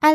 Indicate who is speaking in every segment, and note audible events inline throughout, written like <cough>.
Speaker 1: 艾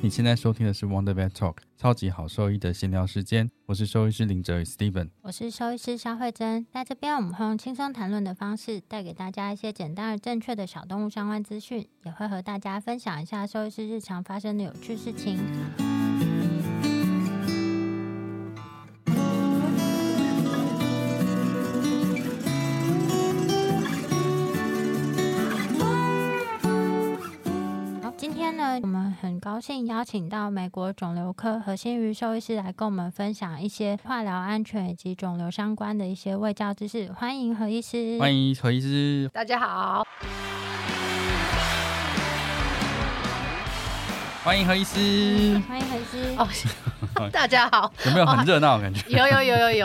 Speaker 2: 你现在收听的是 Wonder Vet Talk 超级好兽医的闲聊时间，我是兽医师林哲宇 Steven。
Speaker 1: 我是兽医师肖慧珍，在这边我们会用轻松谈论的方式，带给大家一些简单而正确的小动物相关资讯，也会和大家分享一下兽医师日常发生的有趣事情。好，今天呢，我们很高兴邀请到美国肿瘤科何新瑜兽医师来跟我们分享一些化疗安全以及肿瘤相关的一些卫教知识。欢迎何医师，
Speaker 3: 嗯
Speaker 2: 欢迎何医师。
Speaker 3: 大家好，
Speaker 2: 欢迎何医师，
Speaker 1: 欢迎何医师。
Speaker 3: 哦，
Speaker 2: 嗯
Speaker 3: 大家好，
Speaker 2: 有没有很热闹的感觉？
Speaker 3: 哦有有有有有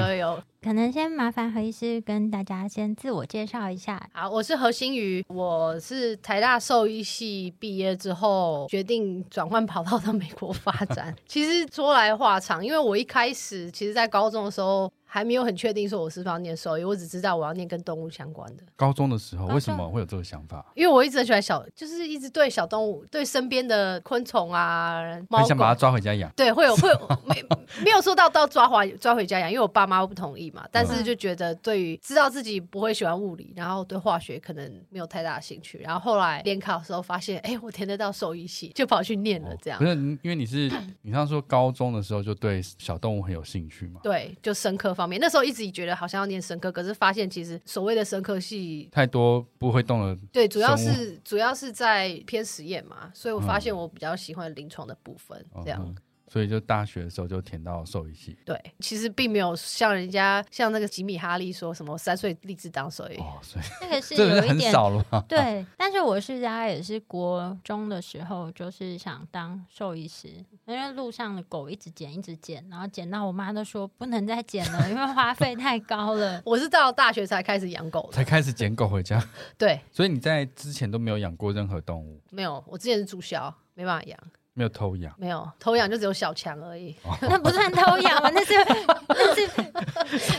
Speaker 3: 有有有，
Speaker 1: 可能先麻烦何医师跟大家先自我介绍一下。
Speaker 3: 好，我是何心瑜，我是台大兽医系毕业之后决定转换跑道到美国发展。 <laughs> 其实说来话长，因为我一开始其实在高中的时候还没有很确定说我是不是要念兽医，我只知道我要念跟动物相关的。
Speaker 2: 高中的时候
Speaker 1: 高中
Speaker 2: 为什么会有这个想法？
Speaker 3: 因为我一直很喜欢小，就是一直对小动物、对身边的昆虫啊、猫
Speaker 2: 很想
Speaker 3: 狗
Speaker 2: 把它抓回家养。哦
Speaker 3: 对，
Speaker 2: <laughs>
Speaker 3: 会有会有没没有说到到抓回抓回家养，因为我爸妈不同意嘛。但
Speaker 2: 嗯
Speaker 3: 是就觉得对于知道自己不会喜欢物理，然后对化学可能没有太大的兴趣，然后后来联考的时候发现，哎，我填得到兽医系，就跑去念了这样
Speaker 2: 不。是，因为你是你刚刚说高中的时候就对小动物很有兴趣嘛？
Speaker 3: 对，就生科方面，那时候一直觉得好像要念生科，可是发现其实所谓的生科系，
Speaker 2: 太多不会动的，
Speaker 3: 对，主要
Speaker 2: 生物
Speaker 3: 是主要是在偏实验嘛，所以我发现我比较喜欢临床的部分，这样。
Speaker 2: 嗯所以就大学的时候就填到兽医系。
Speaker 3: 对，其实并没有像人家像那个吉米哈利说什么三岁立志当兽医，。
Speaker 2: 哦，所以
Speaker 1: 那个是
Speaker 2: 这
Speaker 1: 有
Speaker 2: 个是
Speaker 1: 一
Speaker 2: 很
Speaker 1: 点
Speaker 2: 少了吧？
Speaker 1: 对，但是我是大概也是国中的时候，就是想当兽医师，因为路上的狗一直捡，一直捡，然后捡到我妈都说不能再捡了，因为花费太高了
Speaker 3: <laughs> 我是到大学才开始养狗
Speaker 2: <laughs>
Speaker 3: 的，
Speaker 2: 才开始捡狗回家，
Speaker 3: 对，
Speaker 2: 所以你在之前都没有养过任何动物，
Speaker 3: 没有，我之前是住校，没办法养，
Speaker 2: 没有偷养。
Speaker 3: 没有偷养就只有小强而已， <laughs>
Speaker 1: 那不算偷养啊吧？那是 <laughs> 那是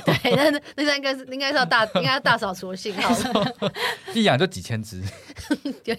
Speaker 3: 对，那那那应该是应该是
Speaker 2: <laughs>
Speaker 3: 要大应该要大扫除的信号了，
Speaker 2: 一养就几千只，
Speaker 3: <laughs> 对，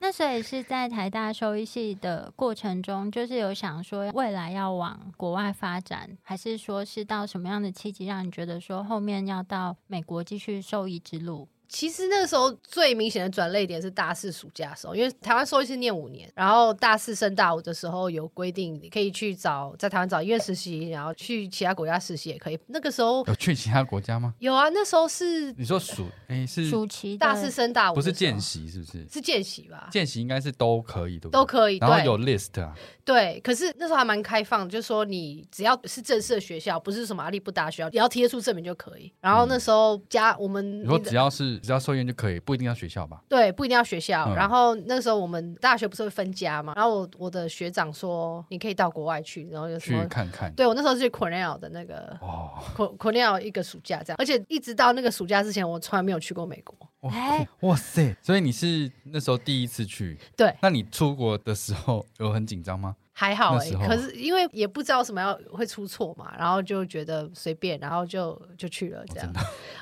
Speaker 1: 那所以是在台大兽医系的过程中，就是有想说未来要往国外发展，还是说是到什么样的契机让你觉得说后面要到美国继续兽医之路？
Speaker 3: 其实那个时候最明显的转泪点是大四暑假的时候，因为台湾兽医是念五年，然后大四升大五的时候有规定，你可以去找在台湾找医院实习，然后去其他国家实习也可以。那个时
Speaker 2: <laughs>
Speaker 3: 候
Speaker 2: 有去其他国家吗？
Speaker 3: 有啊，那时候是
Speaker 2: 你说暑哎、是
Speaker 1: 暑期的
Speaker 3: 嗯大四升大五
Speaker 2: 不
Speaker 3: 的时候，
Speaker 2: 是见习是不是？
Speaker 3: 是见习吧？
Speaker 2: 见习应该是都可以，对不对？
Speaker 3: 都可以，
Speaker 2: 然后
Speaker 3: 对
Speaker 2: 有 list 啊，
Speaker 3: 对，可是那时候还蛮开放的，就是说你只要是正式的学校，不是什么阿利布达学校，只要贴出证明就可以。然后那时候家我们
Speaker 2: 嗯你说
Speaker 3: 你的
Speaker 2: 只要是只要兽医院就可以，不一定要学校吧？
Speaker 3: 对不一定要学校。
Speaker 2: 嗯
Speaker 3: 然后那时候我们大学不是会分家嘛，然后我我的学长说你可以到国外去，然后有什
Speaker 2: 去
Speaker 3: 么。
Speaker 2: 看看。
Speaker 3: 对，我那时候是去 Cornell 的
Speaker 2: <laughs>
Speaker 3: 那个
Speaker 2: 哦，
Speaker 3: Corn- Cornell 一个暑假这样，而且一直到那个暑假之前，我从来没有去过美国。
Speaker 2: 哇
Speaker 1: 哎
Speaker 2: 哇塞！所以你是那时候第一次去，
Speaker 3: 对，
Speaker 2: 那你出国的时候有很紧张吗？
Speaker 3: 还好
Speaker 2: 那
Speaker 3: 哎、
Speaker 2: 时候
Speaker 3: 可是因为也不知道什么要会出错嘛，然后就觉得随便，然后就就去
Speaker 2: 哦
Speaker 3: 了这样。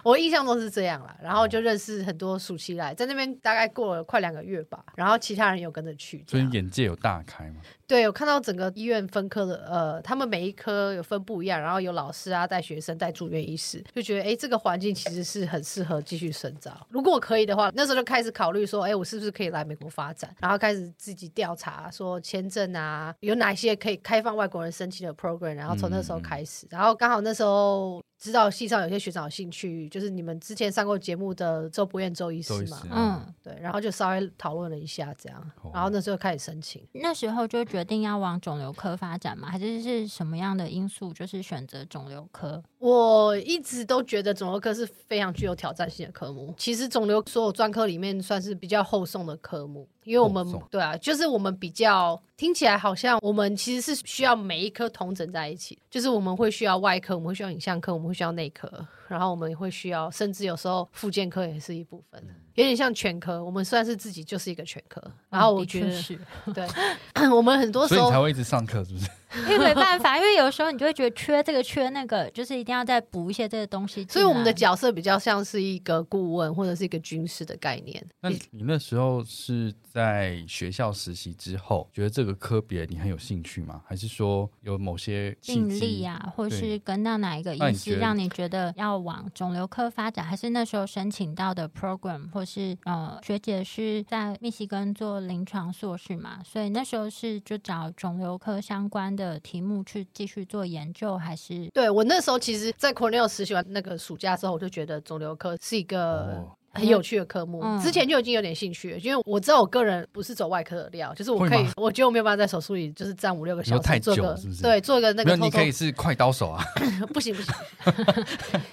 Speaker 3: 我印象中是这样啦，然后就认识很多暑期来，在那边大概过了快两个月吧，然后其他人有跟着去这
Speaker 2: 所以
Speaker 3: 样。
Speaker 2: 你眼界有大开吗？
Speaker 3: 对，我看到整个医院分科的，呃，他们每一科有分不一样，然后有老师啊带学生带住院医师，就觉得哎，诶这个环境其实是很适合继续深造。如果可以的话，那时候就开始考虑说，哎，我是不是可以来美国发展？然后开始自己调查说签证啊，有哪些可以开放外国人申请的 program，然后从那时
Speaker 2: 嗯
Speaker 3: 候开始，然后刚好那时候。知道系上有些学长有兴趣，就是你们之前上过节目的周博彦周医师
Speaker 2: 周医
Speaker 3: 嘛
Speaker 2: 师，哦
Speaker 1: 嗯，
Speaker 3: 对，然后就稍微讨论了一下这样，然后那时候开始申请。
Speaker 1: 那时候就决定要往肿瘤科发展吗？还是是什么样的因素就是选择肿瘤科？
Speaker 3: 我一直都觉得肿瘤科是非常具有挑战性的科目。其实肿瘤所有专科里面算是比较后送的科目，因为我们
Speaker 2: 后送
Speaker 3: 对啊，就是我们比较听起来好像我们其实是需要每一科同诊在一起，就是我们会需要外科，我们会需要影像科，我们会需要内科，然后我们也会需要，甚至有时候复健科也是一部分，
Speaker 2: 嗯
Speaker 3: 有点像全科。我们算是自己就是一个全科，然后
Speaker 1: 嗯
Speaker 3: 我
Speaker 1: 的确
Speaker 3: 觉得，
Speaker 1: 是
Speaker 3: 对， <laughs> 我们很多
Speaker 2: 所
Speaker 3: 时
Speaker 2: 以你
Speaker 3: 候
Speaker 2: 才会一直上课，是
Speaker 3: <laughs>
Speaker 2: 不是？
Speaker 1: <laughs> 因为没办法，因为有时候你就会觉得缺这个缺那个，就是一定要再补一些这个东西进来。
Speaker 3: 所以我们的
Speaker 2: 啊
Speaker 3: 角色比较像是一个顾问或者是一个军师的概念。
Speaker 2: 那你你那时候是在学校实习之后，觉得这个科别你很有兴趣吗？还是说有某些契
Speaker 1: 病
Speaker 2: 机
Speaker 1: 例啊，或
Speaker 2: 对
Speaker 1: 是跟到哪一个
Speaker 2: 那
Speaker 1: 医
Speaker 2: 你觉
Speaker 1: 师，
Speaker 2: 得
Speaker 1: 让你觉得要往肿瘤科发展，还是那时候申请到的 program，或是呃学姐是在密西根做临床硕士嘛，所以那时候是就找肿瘤科相关的题目去继续做研究，还是
Speaker 3: 对我那时候其实，在 Cornell 实习完那个暑假之后，我就觉得肿瘤科是一个
Speaker 2: 哦
Speaker 3: 很有趣的科目。
Speaker 1: 嗯
Speaker 3: 之前就已经有点兴趣了，因为我知道我个人不是走外科的料，就是我
Speaker 2: 会
Speaker 3: 可以
Speaker 2: 吗，
Speaker 3: 我觉得我没有办法在手术里就是站五六个小
Speaker 2: 你说太
Speaker 3: 时，做
Speaker 2: 久
Speaker 3: 个
Speaker 2: 了是不是
Speaker 3: 对，做个那
Speaker 2: 没
Speaker 3: 个
Speaker 2: 有，
Speaker 3: 偷
Speaker 2: 你
Speaker 3: 偷
Speaker 2: 可以是快刀手啊， <laughs>
Speaker 3: <laughs> 不行不行，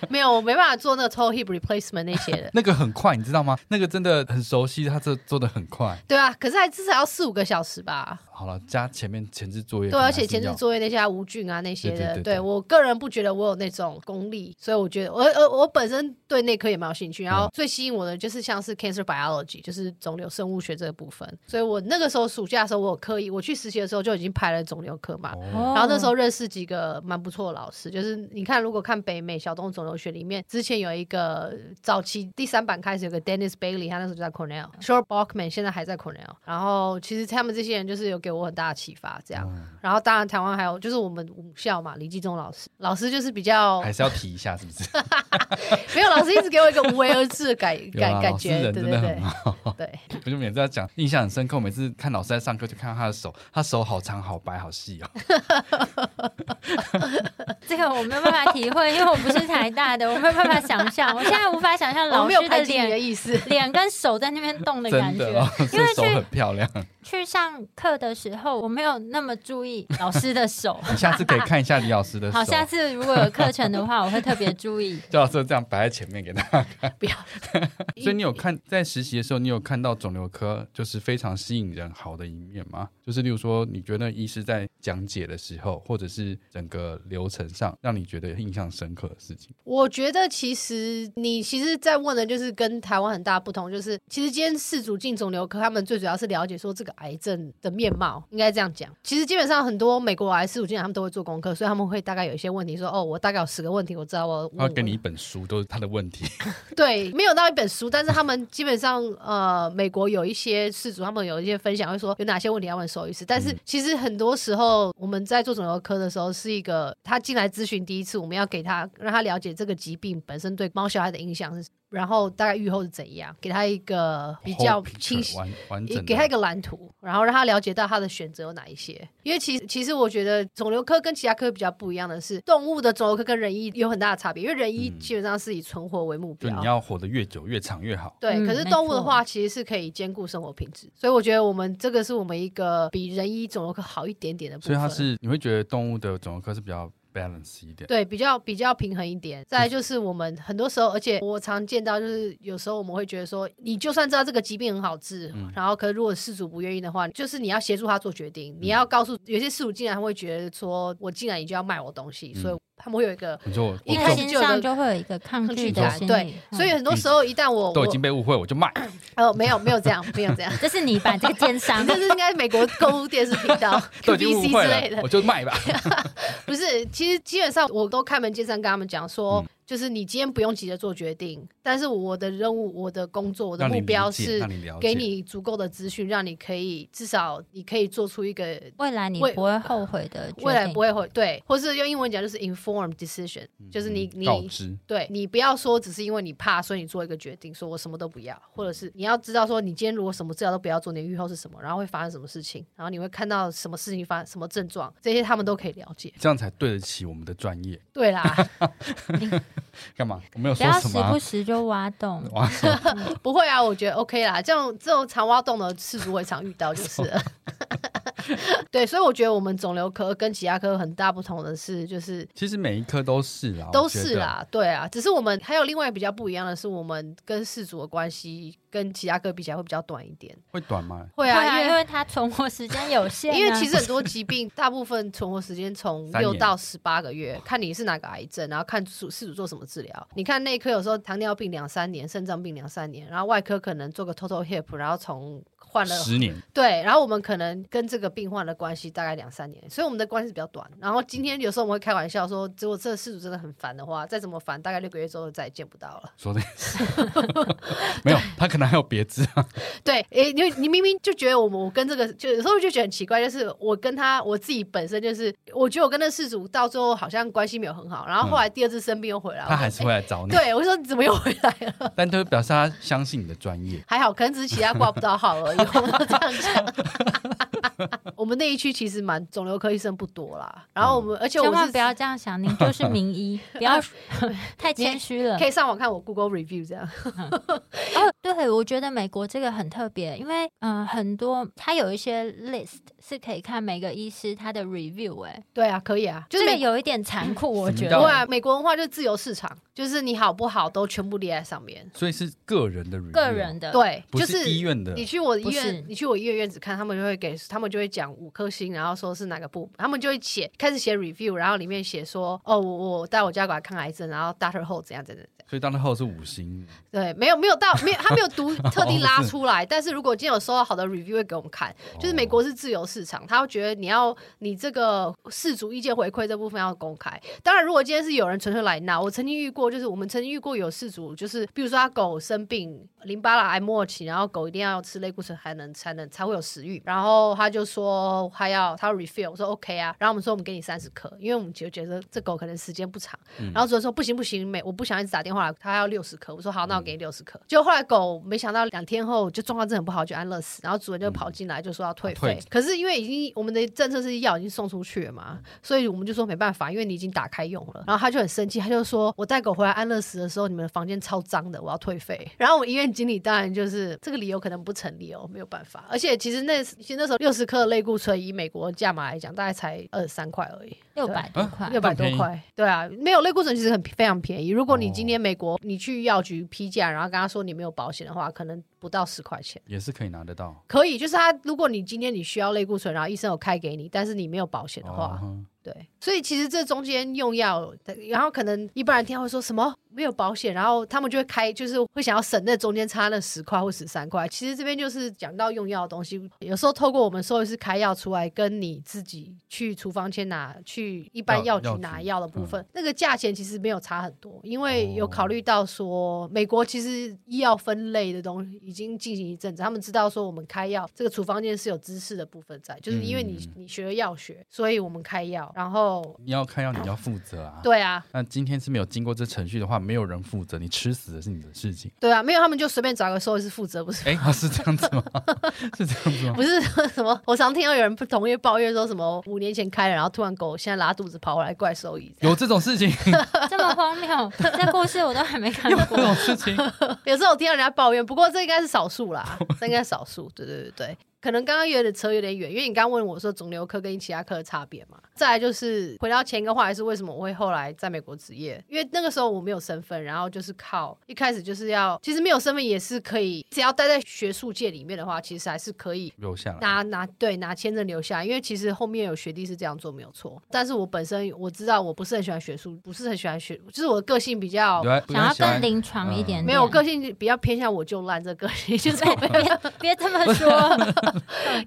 Speaker 3: 没有，我没办法做那个 toe hip replacement 那些的。
Speaker 2: 那个很快，你知道吗？那个真的很熟悉，他这做的很快。
Speaker 3: 对啊，可是还至少要四五个小时吧。
Speaker 2: 好了，加前面前置作业，
Speaker 3: 对，
Speaker 2: 可能
Speaker 3: 而
Speaker 2: 还
Speaker 3: 且
Speaker 2: 是
Speaker 3: 前置
Speaker 2: 要
Speaker 3: 作业那些啊无菌啊那些的，
Speaker 2: 对对对对
Speaker 3: 我个人不觉得我有那种功力，所以我觉得我我我本身对内科也蛮有兴趣，然
Speaker 2: 嗯
Speaker 3: 后最吸引我的就是像是 cancer biology，就是肿瘤生物学这个部分，所以我那个时候暑假的时候，我有刻意我去实习的时候就已经排了肿瘤科嘛。
Speaker 2: 哦，
Speaker 1: 哦
Speaker 3: 然后那时候认识几个蛮不错的老师，就是你看，如果看北美小动物肿瘤学里面，之前有一个早期第三版开始有个 Dennis Bailey，他那时候就在 Cornell，Short Bachman 现在还在 Cornell。然后其实他们这些人就是有给我很大的启发，这样。
Speaker 2: 嗯
Speaker 3: 然后当然台湾还有就是我们母校嘛，李继忠老师，老师就是比较
Speaker 2: 还是要提一下，是不
Speaker 3: <laughs>
Speaker 2: 是？
Speaker 3: 没有老师一直给我一个无为而治的
Speaker 2: <laughs>
Speaker 3: 感
Speaker 2: 有
Speaker 3: 感
Speaker 2: 啊
Speaker 3: 感
Speaker 2: 老师
Speaker 3: 觉，
Speaker 2: 人
Speaker 3: 对
Speaker 2: 真
Speaker 3: 对
Speaker 2: 的
Speaker 3: 对
Speaker 2: 很好， <laughs>
Speaker 3: 对。
Speaker 2: 我就每次要讲，印象很深刻。我每次看老师在上课，就看到他的手，他手好长、好白、好细哦。
Speaker 1: 这个我没有办法体会，因为我不是台大的，我没有办法想
Speaker 3: <laughs>
Speaker 1: 象，我现在无法想象
Speaker 3: 我
Speaker 1: 老
Speaker 3: 没有
Speaker 1: 师的
Speaker 3: 排挤你的
Speaker 1: 脸。
Speaker 3: 意思， <laughs>
Speaker 1: 脸 <laughs> 跟手在那边动的感
Speaker 2: 真
Speaker 1: 觉，
Speaker 2: 的哦， <laughs> 这手很漂亮。
Speaker 1: 去上课的时候我没有那么注意老师的手，
Speaker 2: 你下次可以看一下李老师
Speaker 3: <laughs>
Speaker 2: 的手，
Speaker 1: 好，下次如果有课程的话，我会特别注
Speaker 2: <laughs>
Speaker 1: 意。
Speaker 2: 叫老师这样摆在前面给他。
Speaker 3: 不要。
Speaker 2: 所以你有看在实习的时候，你有看到肿瘤科就是非常吸引人好的一面吗？就是例如说，你觉得医师在讲解的时候，或者是整个流程上，让你觉得印象深刻的事情，
Speaker 3: 我觉得其实你其实，在问的就是跟台湾很大不同，就是其实今天氏族进肿瘤科，他们最主要是了解说这个癌症的面貌，应该这样讲。其实基本上很多美国癌氏族进来，他们都会做功课，所以他们会大概有一些问题说，哦，我大概有十个问题，我知道我
Speaker 2: 他
Speaker 3: 我
Speaker 2: 会给你一本书，都是他的问题。
Speaker 3: 对，没有到一本书，但是他们基本上呃，美国有一些事主，他们有一些分享会说有哪些问题要问兽医师，但
Speaker 2: 嗯
Speaker 3: 是其实很多时候我们在做肿瘤科的时候，是一个他进来咨询第一次，我们要给他让他了解这个疾病本身对猫小孩的影响是，然后大概预后是怎样，给他一个比
Speaker 2: <laughs>
Speaker 3: 较
Speaker 2: Whole picture，
Speaker 3: 清晰。
Speaker 2: 完完整
Speaker 3: 也
Speaker 2: 的，
Speaker 3: 给他一个蓝图，然后让他了解到他的选择有哪一些。因为其实其实我觉得肿瘤科跟其他科比较不一样的是，动物的肿瘤科跟人医有很大的差别，因为人医
Speaker 2: 嗯
Speaker 3: 基本上是以存活为目
Speaker 2: 就
Speaker 3: 标，
Speaker 2: 你要活得越久越长越好。
Speaker 3: 对，
Speaker 1: 嗯
Speaker 3: 可是
Speaker 1: 没
Speaker 3: 动物的
Speaker 1: 错
Speaker 3: 话，其实是可以兼顾生活品质，所以我觉得我们这个是我们一个比人医肿瘤科好一点点的部
Speaker 2: 所
Speaker 3: 分。
Speaker 2: 以它是你会觉得动物的肿瘤科是比较 balance 一点。
Speaker 3: 对比较比较平衡一点。再来就是我们很多时候，而且我常见到就是有时候我们会觉得说，你就算知道这个疾病很好治，
Speaker 1: 嗯
Speaker 3: 然后可是如果事主不愿意的话，就是你要协助他做决
Speaker 1: 嗯
Speaker 3: 定，你要告诉有些事主竟然会觉得说，我进来你就要卖我东西，
Speaker 1: 嗯
Speaker 3: 所以他们会有一个。
Speaker 2: 你说我
Speaker 1: 一
Speaker 2: 我
Speaker 3: 开
Speaker 1: 开
Speaker 3: 始
Speaker 2: 都
Speaker 1: 心上就会有一个抗拒的心
Speaker 3: 对
Speaker 1: 理，，
Speaker 3: 所以
Speaker 1: 嗯
Speaker 3: 很多时候一旦我
Speaker 2: 都
Speaker 3: 我
Speaker 2: 已经被误会，我就卖。 <laughs>
Speaker 3: 哦没有没有这样没有这样，
Speaker 1: 这是你吧，这个奸商
Speaker 3: <laughs> 你这是应该美国购物电视频道
Speaker 2: <laughs> 都已经误
Speaker 3: QVC
Speaker 2: 会
Speaker 3: 之类
Speaker 2: 了，
Speaker 3: 的
Speaker 2: 我，就卖吧。嗯
Speaker 3: 不是？其实基本上我都开门见山跟他们讲说，就是你今天不用急着做决定，但是我的任务、我的工作、我的
Speaker 2: 让你
Speaker 3: 目标
Speaker 2: 理解
Speaker 3: 是
Speaker 2: 让你了解
Speaker 3: 给你足够的资讯，让你可以至少你可以做出一个
Speaker 1: 未来你
Speaker 3: 未
Speaker 1: 不会后悔的决定，
Speaker 3: 未来不会回对，或是用英文讲就是 informed decision，、就是你你
Speaker 2: 嗯告知，
Speaker 3: 对你不要说只是因为你怕，所以你做一个决定，说我什么都不要，或
Speaker 2: 嗯
Speaker 3: 者是你要知道说你今天如果什么治疗都不要做，你的预后是什么，然后会发生什么事情，然后你会看到什么事情发什么症状，这些他们都可以了解。
Speaker 2: 这样才对得起我们的专业。<laughs>
Speaker 3: 对啦，
Speaker 2: 干嘛？我没有
Speaker 1: 不
Speaker 2: 说
Speaker 1: 要
Speaker 2: 什
Speaker 1: 时
Speaker 2: 么、啊
Speaker 1: 不。时就挖洞。
Speaker 2: 哇塞，
Speaker 3: 不会啊，我觉得 OK 啦，这种这种常挖洞的事主我也常遇
Speaker 2: <laughs>
Speaker 3: 到，就是了。对，所以我觉得我们肿瘤科跟其他科很大不同的是，就是
Speaker 2: 其实每一科都是啦，
Speaker 3: 都
Speaker 2: 我觉
Speaker 3: 是
Speaker 2: 得。
Speaker 3: 啦，对啊，只是我们还有另外比较不一样的是，我们跟事主的关系跟其他科比起来会比较短一点。
Speaker 2: 会短吗？
Speaker 3: 会
Speaker 1: 对
Speaker 3: 啊，
Speaker 1: 啊，
Speaker 3: 因
Speaker 1: 因
Speaker 3: 为
Speaker 1: 为它存活时间有限啊、
Speaker 3: 因为其实很多疾病，大部分存活时间从
Speaker 2: 三
Speaker 3: 六
Speaker 2: 年
Speaker 3: 到十八个月，看你是哪个癌症，然后看主事主做什么治疗。你看内科有时候糖尿病两三年，肾脏病两三年，然后外科可能做个 total hip，然后从换了
Speaker 2: 十年，
Speaker 3: 对，然后我们可能跟这个病患的关系大概两三年，所以我们的关系比较短。然后今天有时候我们会开玩笑说，如果这个事主真的很烦的话，再怎么烦，大概六个月之后就再也见不到了。 <laughs>
Speaker 2: 说的也是没有，他可能还有别致啊。
Speaker 3: 对，诶、你你明明就觉得我们我跟这个，就有时候就觉得很奇怪，就是我跟他我自己本身就是，我觉得我跟那事主到最后好像关系没有很好，然后后来第二次生病又回来，
Speaker 2: 嗯他还是会来
Speaker 3: 啊我
Speaker 2: 找你，
Speaker 3: 对我就说你怎么又回来了？ <laughs>
Speaker 2: 但就表示他相信你的专业。
Speaker 3: 还好，可能只是其他挂不到号而已。我们都这样讲。 <laughs> 我们那一区其实蛮肿瘤科医生不多啦，然后我
Speaker 2: 嗯
Speaker 3: 们、而且我
Speaker 1: 千
Speaker 3: 们
Speaker 1: 万
Speaker 3: 是
Speaker 1: 不要这样想，您 <laughs> 就是啊名医，不要太谦虚了
Speaker 3: 可。以上网看我 Google review 这样。 <laughs>
Speaker 1: 哦，对，我觉得美国这个很特别，因为嗯、呃很多它有一些 list 是可以看每个医师他的 review，哎、
Speaker 3: 对啊，可以啊，就是
Speaker 1: 这个
Speaker 3: 美
Speaker 1: 有一点残酷，我
Speaker 2: 什么
Speaker 1: 觉
Speaker 2: 叫
Speaker 1: 得。
Speaker 3: 国啊，美国文化就是自由市场，就是你好不好都全部列在上面。
Speaker 2: 所以是个人的 review，啊
Speaker 1: 个人的，
Speaker 3: 对，
Speaker 2: 呃不
Speaker 3: 就是
Speaker 2: 医院的
Speaker 3: 你去我的医
Speaker 1: 不是
Speaker 3: 院，你去我医院院子看，他们就会给，他们就会讲五颗星，然后说是哪个部，他们就会写开始写 review，然后里面写说，哦，我我带我家狗来看癌症，然后 doctor 后怎样怎样怎样。
Speaker 2: 所以当然后是五星，
Speaker 3: 对，没有没有到没有，他没有独特地
Speaker 2: <laughs> 哦
Speaker 3: 拉
Speaker 2: 是
Speaker 3: 出来。但是如果今天有收到好的 review 会给我们看，就是
Speaker 2: 哦
Speaker 3: 美国是自由市场，他会觉得你要你这个事主意见回馈这部分要公开。当然，如果今天是有人纯粹来闹，我曾经遇过，就是我们曾经遇过有事主，就是比如说他狗生病，淋巴癌末期，然后狗一定要吃类固醇才能才能才会有食欲，然后他就说他要他要 refill，我说 OK 啊，然后我们说我们给你三十克，因为我们就觉得这狗可能时间不长，然后主任说不行不行，每我不想一直打电话来，他要六十颗。我说好，那我给你六十颗。结果后来狗没想到两天后就状况真的很不好，就安乐死。然后主任就跑进来就说要退费，
Speaker 2: 退
Speaker 3: 可是因为已经我们的政策是药已经送出去了嘛，所以我们就说没办法，因为你已经打开用了。然后他就很生气，他就说我带狗回来安乐死的时候，你们的房间超脏的，我要退费。 <laughs> 然后我们医院经理当然就是这个理由可能不成立哦，没有办法。而且其实那其实那时候六十克的类固醇以美国价码来讲，大概才二十三块而已。
Speaker 1: 六百多块，
Speaker 3: 六百多
Speaker 2: 啊便宜
Speaker 3: 块，对啊，没有类固醇其实很非常便宜。如果你
Speaker 2: 哦
Speaker 3: 今天美国你去药局批价，然后跟他说你没有保险的话，可能不到十块钱。
Speaker 2: 也是可以拿得到。
Speaker 3: 可以，就是他，如果你今天你需要类固醇，然后医生有开给你，但是你没有保险的话，
Speaker 2: 哦
Speaker 3: 对，所以其实这中间用药，然后可能一般人听到会说什么没有保险，然后他们就会开，就是会想要省那中间差那十块或十三块。其实这边就是讲到用药的东西，有时候透过我们兽医师开药出来，跟你自己去处方签拿，去一般
Speaker 2: 药嗯
Speaker 3: 药局
Speaker 2: 药
Speaker 3: 拿
Speaker 2: 局
Speaker 3: 药的部分，那个价钱其实没有差很多，因为有考虑到说，美国其实医药分类的东西已经进行一阵子，他们知道说我们开药这个处方签是有知识的部分在，就是因为你
Speaker 2: 嗯
Speaker 3: 你学了药学，所以我们开药，然后
Speaker 2: 你要看药，你要负责啊。
Speaker 3: 对啊，
Speaker 2: 那今天是没有经过这程序的话，没有人负责，你吃死的是你的事情。
Speaker 3: 对啊，没有他们就随便找个兽医师负责，不是。
Speaker 2: 哎、啊是这样子
Speaker 3: <laughs>
Speaker 2: 吗？是这样子吗？
Speaker 3: 不是什么，我常听到有人不同意抱怨说什么五年前开了，然后突然狗现在拉肚子跑回来怪兽医。
Speaker 2: 有这种事情，
Speaker 1: 这么荒谬，这故事我都还没看
Speaker 2: 有这
Speaker 1: 过。
Speaker 2: 种事情，
Speaker 3: 有时候我听到人家抱怨，不过这应该是少数啦， <laughs> 这应该是少数。对对对对，可能刚刚有点扯有点远，因为你刚刚问我说肿瘤科跟其他科的差别嘛。再来就是回到前一个话题是为什么我会后来在美国职业，因为那个时候我没有身份，然后就是靠一开始就是要，其实没有身份也是可以，只要待在学术界里面的话，其实还是可以
Speaker 2: 留下来。
Speaker 3: 拿拿对拿签证留下来，因为其实后面有学弟是这样做没有错，但是我本身我知道我不是很喜欢学术，不是很喜欢学，就是我的个性比较
Speaker 2: 对啊，
Speaker 1: 想要
Speaker 2: 不喜欢
Speaker 1: 更临床一点点，
Speaker 2: <laughs>
Speaker 3: <laughs> 没有我个性比较偏向我就烂这个个性，就是我没有
Speaker 1: 别别这么说，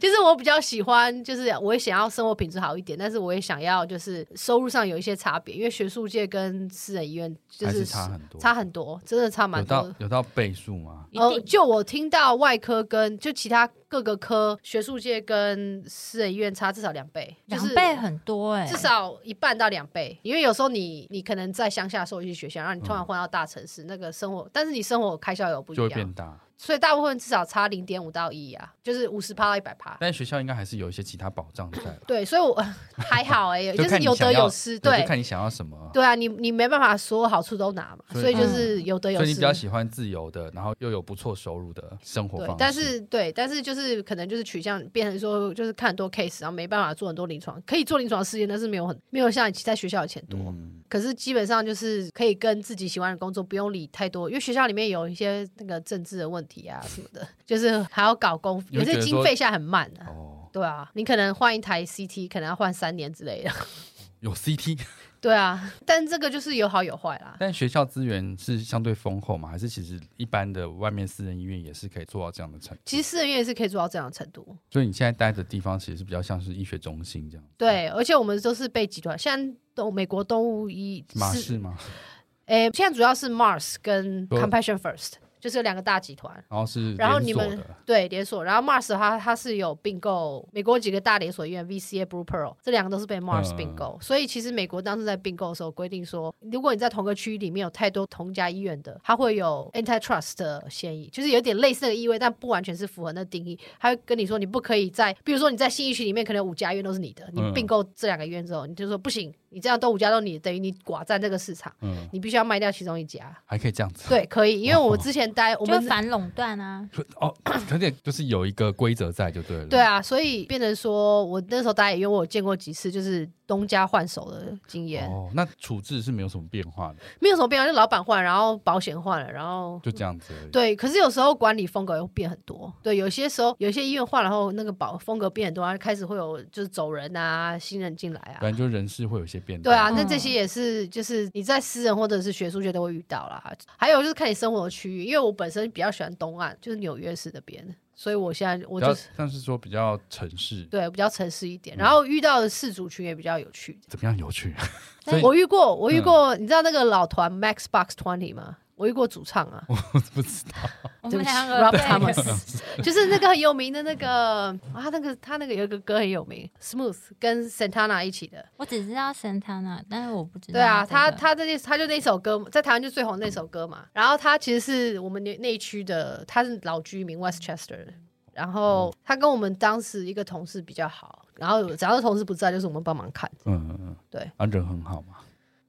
Speaker 3: 就是我比较喜欢，就是我也想要生活品质好一点，但是我也想要就是收入上有一些差别，因为学术界跟私人医院就
Speaker 2: 还
Speaker 3: 是
Speaker 2: 是差很多
Speaker 3: 差很多，真的差
Speaker 2: 有
Speaker 3: 蛮多
Speaker 2: 到
Speaker 3: 的。
Speaker 2: 有到倍数吗？
Speaker 1: 一
Speaker 3: 呃，
Speaker 1: 定
Speaker 3: 就我听到外科跟就其他各个科学术界跟私人医院差至少两倍，就
Speaker 1: 两
Speaker 3: 是
Speaker 1: 倍很多哎、
Speaker 3: 至少一半到两倍，因为有时候你你可能在乡下受一些学校，然后你突然换到大城市，那个生活，但是你生活开销有不
Speaker 2: 嗯
Speaker 3: 一
Speaker 2: 就会变
Speaker 3: 样，
Speaker 2: 大，
Speaker 3: 所以大部分至少差零点五到一啊，就是五十趴到一百趴。，
Speaker 2: 但学校应该还是有一些其他保障在了
Speaker 3: 对，所以我 <laughs> 还好哎、
Speaker 2: 就
Speaker 3: 就是
Speaker 2: 看你
Speaker 3: 有
Speaker 2: 想
Speaker 3: 得
Speaker 2: 要
Speaker 3: 有失，
Speaker 2: 对，
Speaker 3: 对
Speaker 2: 就看你想要什么啊。
Speaker 3: 对啊，你你没办法所有好处都拿嘛，
Speaker 2: 所以
Speaker 3: 所以就是有得有
Speaker 2: 所以你
Speaker 3: 失
Speaker 2: 比。较喜欢自由的，然后又有不错收入的生活
Speaker 3: 对
Speaker 2: 方式。，
Speaker 3: 但是对，但是就是可能就是取向变成说，就是看很多 case，然后没办法做很多临床，可以做临床试验，但是没有很没有像你在学校的钱多。
Speaker 2: 嗯，
Speaker 3: 可是基本上就是可以跟自己喜欢的工作，不用理太多，因为学校里面有一些那个政治的问题啊什么的，就是还要搞公，
Speaker 2: 你会
Speaker 3: 有些
Speaker 2: 觉得
Speaker 3: 经
Speaker 2: 说
Speaker 3: 费现在很慢啊。
Speaker 2: 哦，
Speaker 3: 对啊，你可能换一台 CT，可能要换三年
Speaker 2: <laughs>
Speaker 3: 之类的。
Speaker 2: 有 CT，
Speaker 3: 对啊，但这个就是有好有坏啦。
Speaker 2: <laughs> 但学校资源是相对丰厚嘛？还是其实一般的外面私人医院也是可以做到这样的程度？
Speaker 3: 其实私人院也是可以做到这样的程度。
Speaker 2: 所以你现在待的地方其实是比较像是医学中心这样。，
Speaker 3: 对，而且我们都是被集团，现在都美国动物医
Speaker 2: 马
Speaker 3: 是
Speaker 2: 氏嘛，
Speaker 3: 诶，现在主要是 Mars 跟
Speaker 2: 说
Speaker 3: Compassion First，就是有两个大集团。
Speaker 2: 然后是
Speaker 3: 然后
Speaker 2: 连
Speaker 3: 你
Speaker 2: 锁
Speaker 3: 们
Speaker 2: 的
Speaker 3: 对连锁，然后 Mars 的话，它是有并购美国几个大连锁医院，VCA、Blue Pearl 这两个都是被 Mars
Speaker 2: 嗯
Speaker 3: 并购，所以其实美国当时在并购的时候规定说，如果你在同个区域里面有太多同家医院的，它会有 antitrust 的嫌疑，就是有点类似那个意味，但不完全是符合那定义。它会跟你说，你不可以在，比如说你在信义区里面可能有五家医院都是你的，你
Speaker 2: 嗯
Speaker 3: 并购这两个医院之后，你就说不行，你这样都五家都你的，等于你寡占这个市场，
Speaker 2: 嗯，
Speaker 3: 你必须要卖掉其中一家。
Speaker 2: 还可以这样子。
Speaker 3: 对，可以，因为我之前待我
Speaker 1: 就
Speaker 3: 们
Speaker 1: 反垄断啊，
Speaker 2: 哦，可点就是有一个规则在就对了。
Speaker 3: 对，啊，所以变成说我那时候打野因为我有见过几次就是东家换手的经验，
Speaker 2: 哦，那处置是没有什么变化的，
Speaker 3: 没有什么变化，就老板换，然后保险换了，然后。
Speaker 2: 就这样子而已。
Speaker 3: 对，可是有时候管理风格又变很多。对，有些时候有些医院换了后，那个保风格变很多，然后开始会有就是走人啊，新人进来啊。
Speaker 2: 反正就人事会有一些变动。
Speaker 3: 对啊，
Speaker 1: 嗯
Speaker 3: 那这些也是就是你在私人或者是学术界都会遇到啦。还有就是看你生活的区域，因为我本身比较喜欢东岸，就是纽约市那边，所以我现在我
Speaker 2: 比较
Speaker 3: 就
Speaker 2: 嗯
Speaker 3: 是
Speaker 2: 像是说比较城市，
Speaker 3: 对比较城市一点，然后遇到的事主群也比较有趣。
Speaker 2: 怎么样有
Speaker 3: <laughs>
Speaker 2: 趣？
Speaker 1: 对
Speaker 2: 所以嗯
Speaker 3: 我遇过，我遇过，你知道那个老团 Max Box Twenty 吗？我遇过主唱啊，
Speaker 2: 不知道
Speaker 1: 我
Speaker 3: 对
Speaker 1: 们
Speaker 3: 不起
Speaker 1: 两个
Speaker 3: Rob
Speaker 1: 被
Speaker 3: Thomas，就是 <laughs> 那个很有名的那个，啊，他那个他那个有一个歌很有名，Smooth 跟 Santana 一起的。
Speaker 1: 我只知道 Santana，但是我不知道
Speaker 3: 对啊，
Speaker 1: 这
Speaker 3: 他
Speaker 1: 个
Speaker 3: 他这他就那首歌在台湾就最红那首歌嘛。然后他其实是我们那那一区的，他是老居民 Westchester 的。然
Speaker 2: 哦
Speaker 3: 后他跟我们当时一个同事比较好，然后只要是同事不在，就是我们帮忙看。
Speaker 2: 嗯嗯嗯，
Speaker 3: 对
Speaker 2: 啊，人很好嘛。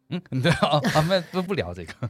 Speaker 2: 嗯， <laughs> 对啊，啊，们不不聊这个， <laughs>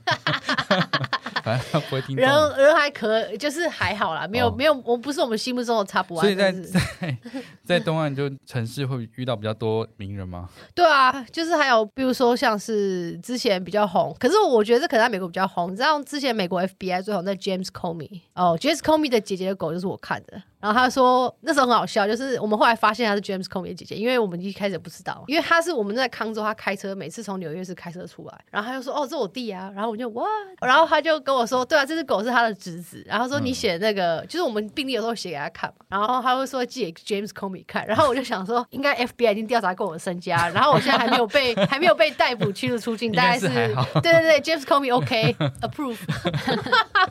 Speaker 2: 反正他不会听到
Speaker 3: 人人还可，就是还好啦，没有、
Speaker 2: 哦
Speaker 3: 没有，我不是我们心目中的插不完。
Speaker 2: 所以在
Speaker 3: 但是
Speaker 2: 在 <laughs> 在东岸就城市会遇到比较多名人吗？
Speaker 3: 对啊，就是还有比如说像是之前比较红，可是我觉得这可能在美国比较红。你知道之前美国 FBI 最红的 James Comey 哦，James Comey 的姐姐的狗就是我看的。然后他说那时候很好笑，就是我们后来发现她是 James Comey 的姐姐，因为我们一开始也不知道，因为她是我们在康州，她开车每次从纽约市开车出来，然后他就说哦这我弟啊，然后我就哇，然后他就跟我说对啊这只狗是他的侄子，然后说
Speaker 2: 嗯
Speaker 3: 你写那个、就是我们病历有时候写给他看嘛，然后他会说寄给 James Comey 看，然后我就想说应该 FBI 已经调查过我的身家，然后我现在还没有被还没有被逮捕驱逐出境，
Speaker 2: 应
Speaker 3: 大
Speaker 2: 该
Speaker 3: 概
Speaker 2: 是还好
Speaker 3: 对对对 James Comey OK approve。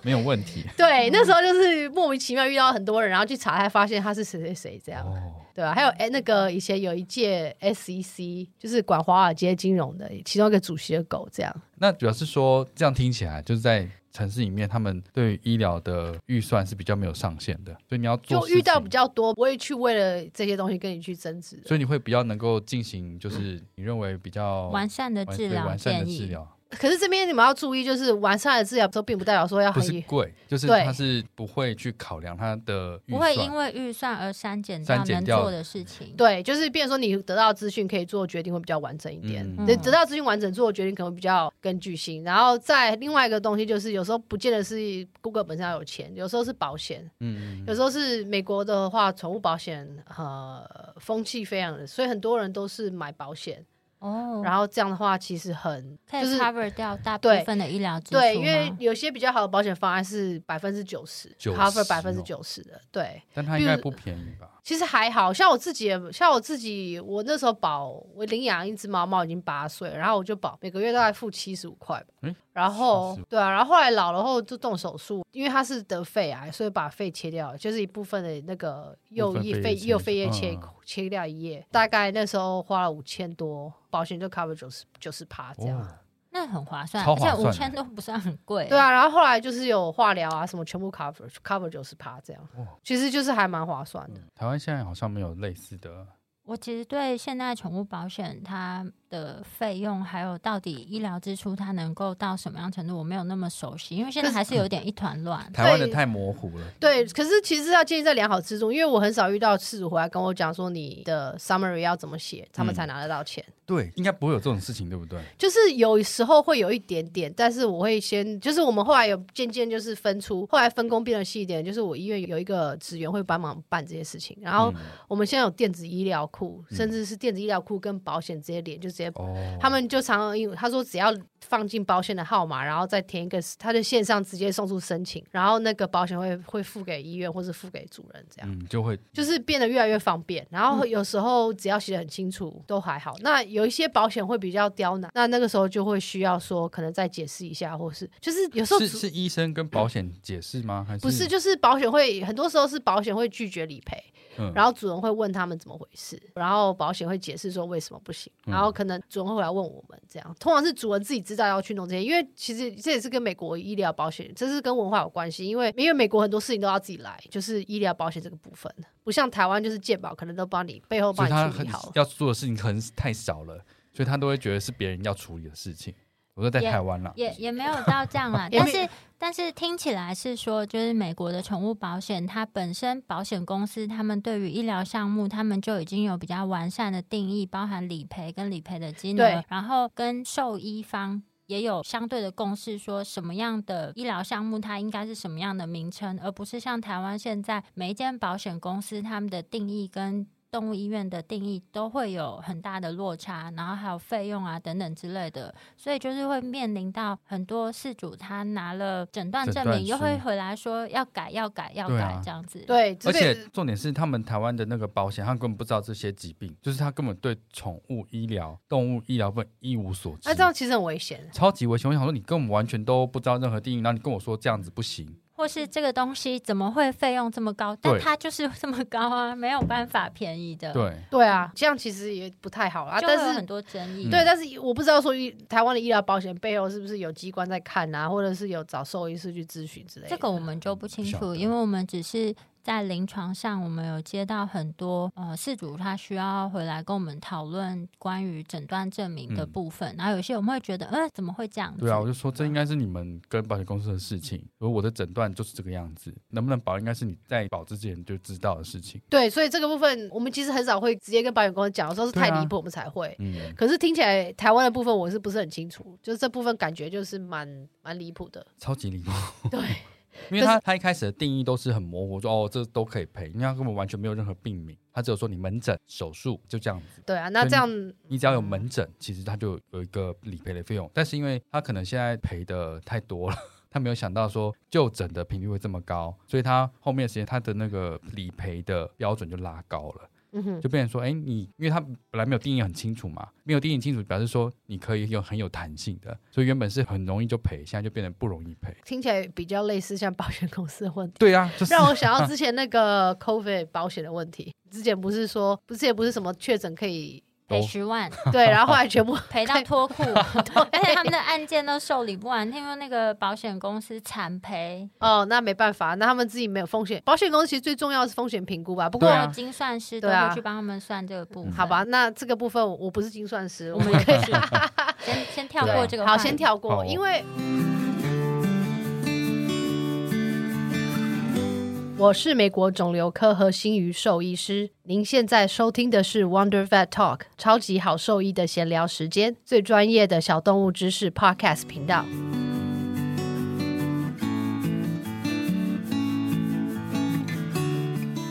Speaker 2: 没有问题
Speaker 3: 对，那时候就是莫名其妙遇到很多人，然后去查，才发现他是谁谁谁 <laughs> 这样，
Speaker 2: 哦。
Speaker 3: 对吧、还有哎，那个以前有一届 SEC 就是管华尔街金融的其中一个主席的狗这样，
Speaker 2: 那主要是说，这样听起来就是在城市里面，他们对于医疗的预算是比较没有上限的，所以你要做
Speaker 3: 就遇到
Speaker 2: 事情
Speaker 3: 比较多，不会去为了这些东西跟你去争执的。
Speaker 2: 所以你会比较能够进行，就是你认为比较
Speaker 1: 完善的
Speaker 2: 哦完
Speaker 1: 治
Speaker 2: 对
Speaker 1: 疗
Speaker 2: 完善的
Speaker 1: 建
Speaker 2: 治
Speaker 1: 议，
Speaker 2: 疗，
Speaker 3: 可是这边你们要注意，就是完善的治疗，都并不代表说要
Speaker 2: 不
Speaker 3: 很
Speaker 2: 是贵，就是
Speaker 3: 对
Speaker 2: 它是不会去考量它的预
Speaker 1: 不会因
Speaker 2: 算。
Speaker 1: 为预算而删减
Speaker 2: 删
Speaker 1: 掉
Speaker 2: 减
Speaker 1: 能
Speaker 2: 掉
Speaker 1: 做的事情。
Speaker 3: 对，就是变成说你得到资讯可以做决定会比较完整一点。
Speaker 2: 嗯
Speaker 3: 得得到资讯完整做决定可能比较根据性，然后再另外一个东西就是有时候不见得是 Google 本身要有钱，有时候是保险，
Speaker 2: 嗯，嗯
Speaker 3: 有时候是美国的话，宠物保险呃风气非常的，所以很多人都是买保险。
Speaker 1: 哦，
Speaker 3: 然后这样的话，其实很
Speaker 1: 可
Speaker 3: 就
Speaker 1: 以
Speaker 3: 是
Speaker 1: cover 掉大部
Speaker 3: 对
Speaker 1: 分的医疗支出吗
Speaker 3: 对，因为有些比较好的保险方案是百分之九十哦
Speaker 2: 90
Speaker 3: cover 百分之九十的，对。
Speaker 2: 但它应该不便宜吧？
Speaker 3: 其实还好像我自己也，像我自己，我那时候保我领养一只猫猫已经八岁了，然后我就保每个月大概付七十五块吧。
Speaker 2: 诶
Speaker 3: 然后
Speaker 2: 75
Speaker 3: 对啊，然后后来老了后就动手术，因为它是得肺癌，所以把肺切掉了，就是一部分的那个
Speaker 2: 部
Speaker 3: 右
Speaker 2: 分
Speaker 3: 翼
Speaker 2: 肺叶
Speaker 3: 肺
Speaker 2: 切
Speaker 3: 右
Speaker 2: 除
Speaker 3: 肺叶切一
Speaker 2: 嗯
Speaker 3: 切掉一叶，大概那时候花了五千多，保险就 cover 九十九十趴这样。
Speaker 2: 哦，
Speaker 1: 那很划算，
Speaker 2: 超
Speaker 1: 而
Speaker 2: 划
Speaker 1: 且
Speaker 2: 算
Speaker 1: 五
Speaker 2: 的
Speaker 1: 千都不算很贵。
Speaker 3: 对，啊，然后后来就是有化疗啊什么全部 cover cover 九十趴这样
Speaker 2: 哇，嗯
Speaker 3: 其实就是还蛮划算的。
Speaker 2: 台湾现在好像没有类似的，
Speaker 1: 我其实对现在宠物保险它的费用，还有到底医疗支出它能够到什么样程度，我没有那么熟悉，因为现在还是有点一团乱。
Speaker 4: 台湾的太模糊了。
Speaker 3: 对，可是其实要建立在良好之中，因为我很少遇到事主回来跟我讲说你的 summary 要怎么写，他们才拿得到钱。
Speaker 2: 对，应该不会有这种事情，对不对？
Speaker 3: 就是有时候会有一点点，但是我会先，就是我们后来有渐渐就是分出，后来分工变得细一点，就是我医院有一个职员会帮忙办这些事情，然后我们现在有电子医疗库，甚至是电子医疗库跟保险直接连，就直接
Speaker 2: 哦，
Speaker 3: 他们就常常因为他说只要放进保险的号码，然后再填一个，他就线上直接送出申请，然后那个保险会会付给医院或是付给主人这样。
Speaker 2: 嗯就会
Speaker 3: 就是变得越来越方便，然后有时候只要写的很清楚都还好。那有一些保险会比较刁难，那那个时候就会需要说可能再解释一下，或是就是有时候
Speaker 2: 是是医生跟保险解释吗？还是
Speaker 3: 不是就是保险会很多时候是保险会拒绝理赔，
Speaker 2: 嗯
Speaker 3: 然后主人会问他们怎么回事，然后保险会解释说为什么不行，
Speaker 2: 嗯
Speaker 3: 然后可能主人会来问我们这样。通常是主人自己知道要去弄这些，因为其实这也是跟美国医疗保险，这是跟文化有关系，因为因为美国很多事情都要自己来，就是医疗保险这个部分，不像台湾就是健保可能都帮你背后
Speaker 2: 所
Speaker 3: 帮
Speaker 2: 以他
Speaker 3: 你处
Speaker 2: 很
Speaker 3: 理好了。
Speaker 2: 要做的事情可能是太少了，所以他都会觉得是别人要处理的事情。我说在
Speaker 1: 也
Speaker 2: 台湾啦，
Speaker 1: 也也没有到这样啦
Speaker 3: <laughs> ，也
Speaker 1: 但
Speaker 3: 没
Speaker 1: 是但是听起来是说，就是美国的宠物保险，它本身保险公司他们对于医疗项目，他们就已经有比较完善的定义，包含理赔跟理赔的金额
Speaker 3: 对，
Speaker 1: 然后跟受益方。也有相对的共识，说什么样的医疗项目它应该是什么样的名称，而不是像台湾现在每一间保险公司他们的定义跟动物医院的定义都会有很大的落差，然后还有费用啊等等之类的，所以就是会面临到很多事主他拿了诊断证明，
Speaker 2: 诊断书
Speaker 1: 又会回来说要改要改要
Speaker 2: 对
Speaker 1: 改
Speaker 2: 啊
Speaker 1: 这样子。
Speaker 3: 对，
Speaker 2: 而
Speaker 3: 这
Speaker 2: 且
Speaker 3: 个
Speaker 2: 重点是，他们台湾的那个保险，他根本不知道这些疾病，就是他根本对宠物医疗、动物医疗本一无所知。
Speaker 3: 啊那、这样其实很危险。
Speaker 2: 超级危险！我想说，你根本完全都不知道任何定义，然后你跟我说这样子不行，
Speaker 1: 或是这个东西怎么会费用这么高？但
Speaker 2: 对
Speaker 1: 它就是这么高啊，没有办法便宜的。，
Speaker 2: 对，
Speaker 3: 对啊，这样其实也不太好啊。
Speaker 1: 就会
Speaker 3: 但
Speaker 1: 有
Speaker 3: 是
Speaker 1: 很多争
Speaker 2: 嗯
Speaker 1: 议。
Speaker 3: 对，但是我不知道说医台湾的医疗保险背后是不是有机关在看啊，或者是有找兽医师去咨询之类的。
Speaker 1: 这个我们就不清
Speaker 2: 晓
Speaker 1: 楚，
Speaker 2: 得
Speaker 1: 因为我们只是在临床上，我们有接到很多呃事主他需要回来跟我们讨论关于诊断证明的
Speaker 2: 嗯
Speaker 1: 部分，然后有些我们会觉得，呃，怎么会这样子？
Speaker 2: 对
Speaker 3: 嗯
Speaker 2: 啊，我就说这应该是你们跟保险公司的事情，而我的诊断就是这个样子，能不能保应该是你在保之前就知道的事情。
Speaker 3: 对，所以这个部分我们其实很少会直接跟保险公司讲，有时候是太
Speaker 2: 对啊
Speaker 3: 离谱我们才会。
Speaker 2: 嗯，
Speaker 3: 可是听起来台湾的部分我是不是很清楚？就是这部分感觉就是蛮蛮离谱的。
Speaker 2: 超级 <laughs> 离谱，
Speaker 3: <laughs> 对，
Speaker 2: 因
Speaker 3: 可
Speaker 2: 为
Speaker 3: 是
Speaker 2: 他他一开始的定义都是很模糊，说哦这都可以赔，因为他根本完全没有任何病名，他只有说你门诊手术就这样子。
Speaker 3: 对啊，那这样
Speaker 2: 你只要有
Speaker 3: 嗯
Speaker 2: 门诊，其实他就有一个理赔的费用，但是因为他可能现在赔的太多了。他没有想到说就诊的频率会这么高，所以他后面的时间他的那个理赔的标准就拉高了，
Speaker 3: 嗯哼，
Speaker 2: 就变成说，哎、你因为他本来没有定义很清楚嘛，没有定义清楚表示说你可以有很有弹性的，所以原本是很容易就赔，现在就变得不容易赔。
Speaker 3: 听起来比较类似像保险公司的
Speaker 2: <laughs>
Speaker 3: 问题。
Speaker 2: 对啊，就是
Speaker 3: 让我想到之前那个 COVID 保险的问题，之前不是说，不是也不是什么确诊
Speaker 2: <laughs>
Speaker 3: 可以
Speaker 1: 赔十万，
Speaker 3: 对，然后后来全部
Speaker 1: 赔到脱
Speaker 3: <laughs>
Speaker 1: 裤，而且他们的案件都受理不完，听说那个保险公司惨赔，
Speaker 3: 哦，那没办法，那他们自己没有风险，保险公司其实最重要的是风险评估吧。不过
Speaker 2: 对啊嗯
Speaker 1: 精算师都
Speaker 3: 对啊
Speaker 1: 会去帮他们算这个部分。
Speaker 3: 好吧，，那这个部分我我不是精算师，
Speaker 1: 我
Speaker 3: 我
Speaker 1: 们
Speaker 3: 们
Speaker 1: 也不
Speaker 2: <laughs>
Speaker 1: 是先先跳
Speaker 2: 啊
Speaker 1: 过这个话
Speaker 3: 好
Speaker 1: 题，
Speaker 3: 先跳
Speaker 2: 好
Speaker 3: 过，
Speaker 2: 哦
Speaker 3: 因为我是美国肿瘤科和心鱼兽医师。您现在收听的是 Wonder Vet Talk 超级好兽医的闲聊时间，最专业的小动物知识 Podcast 频道。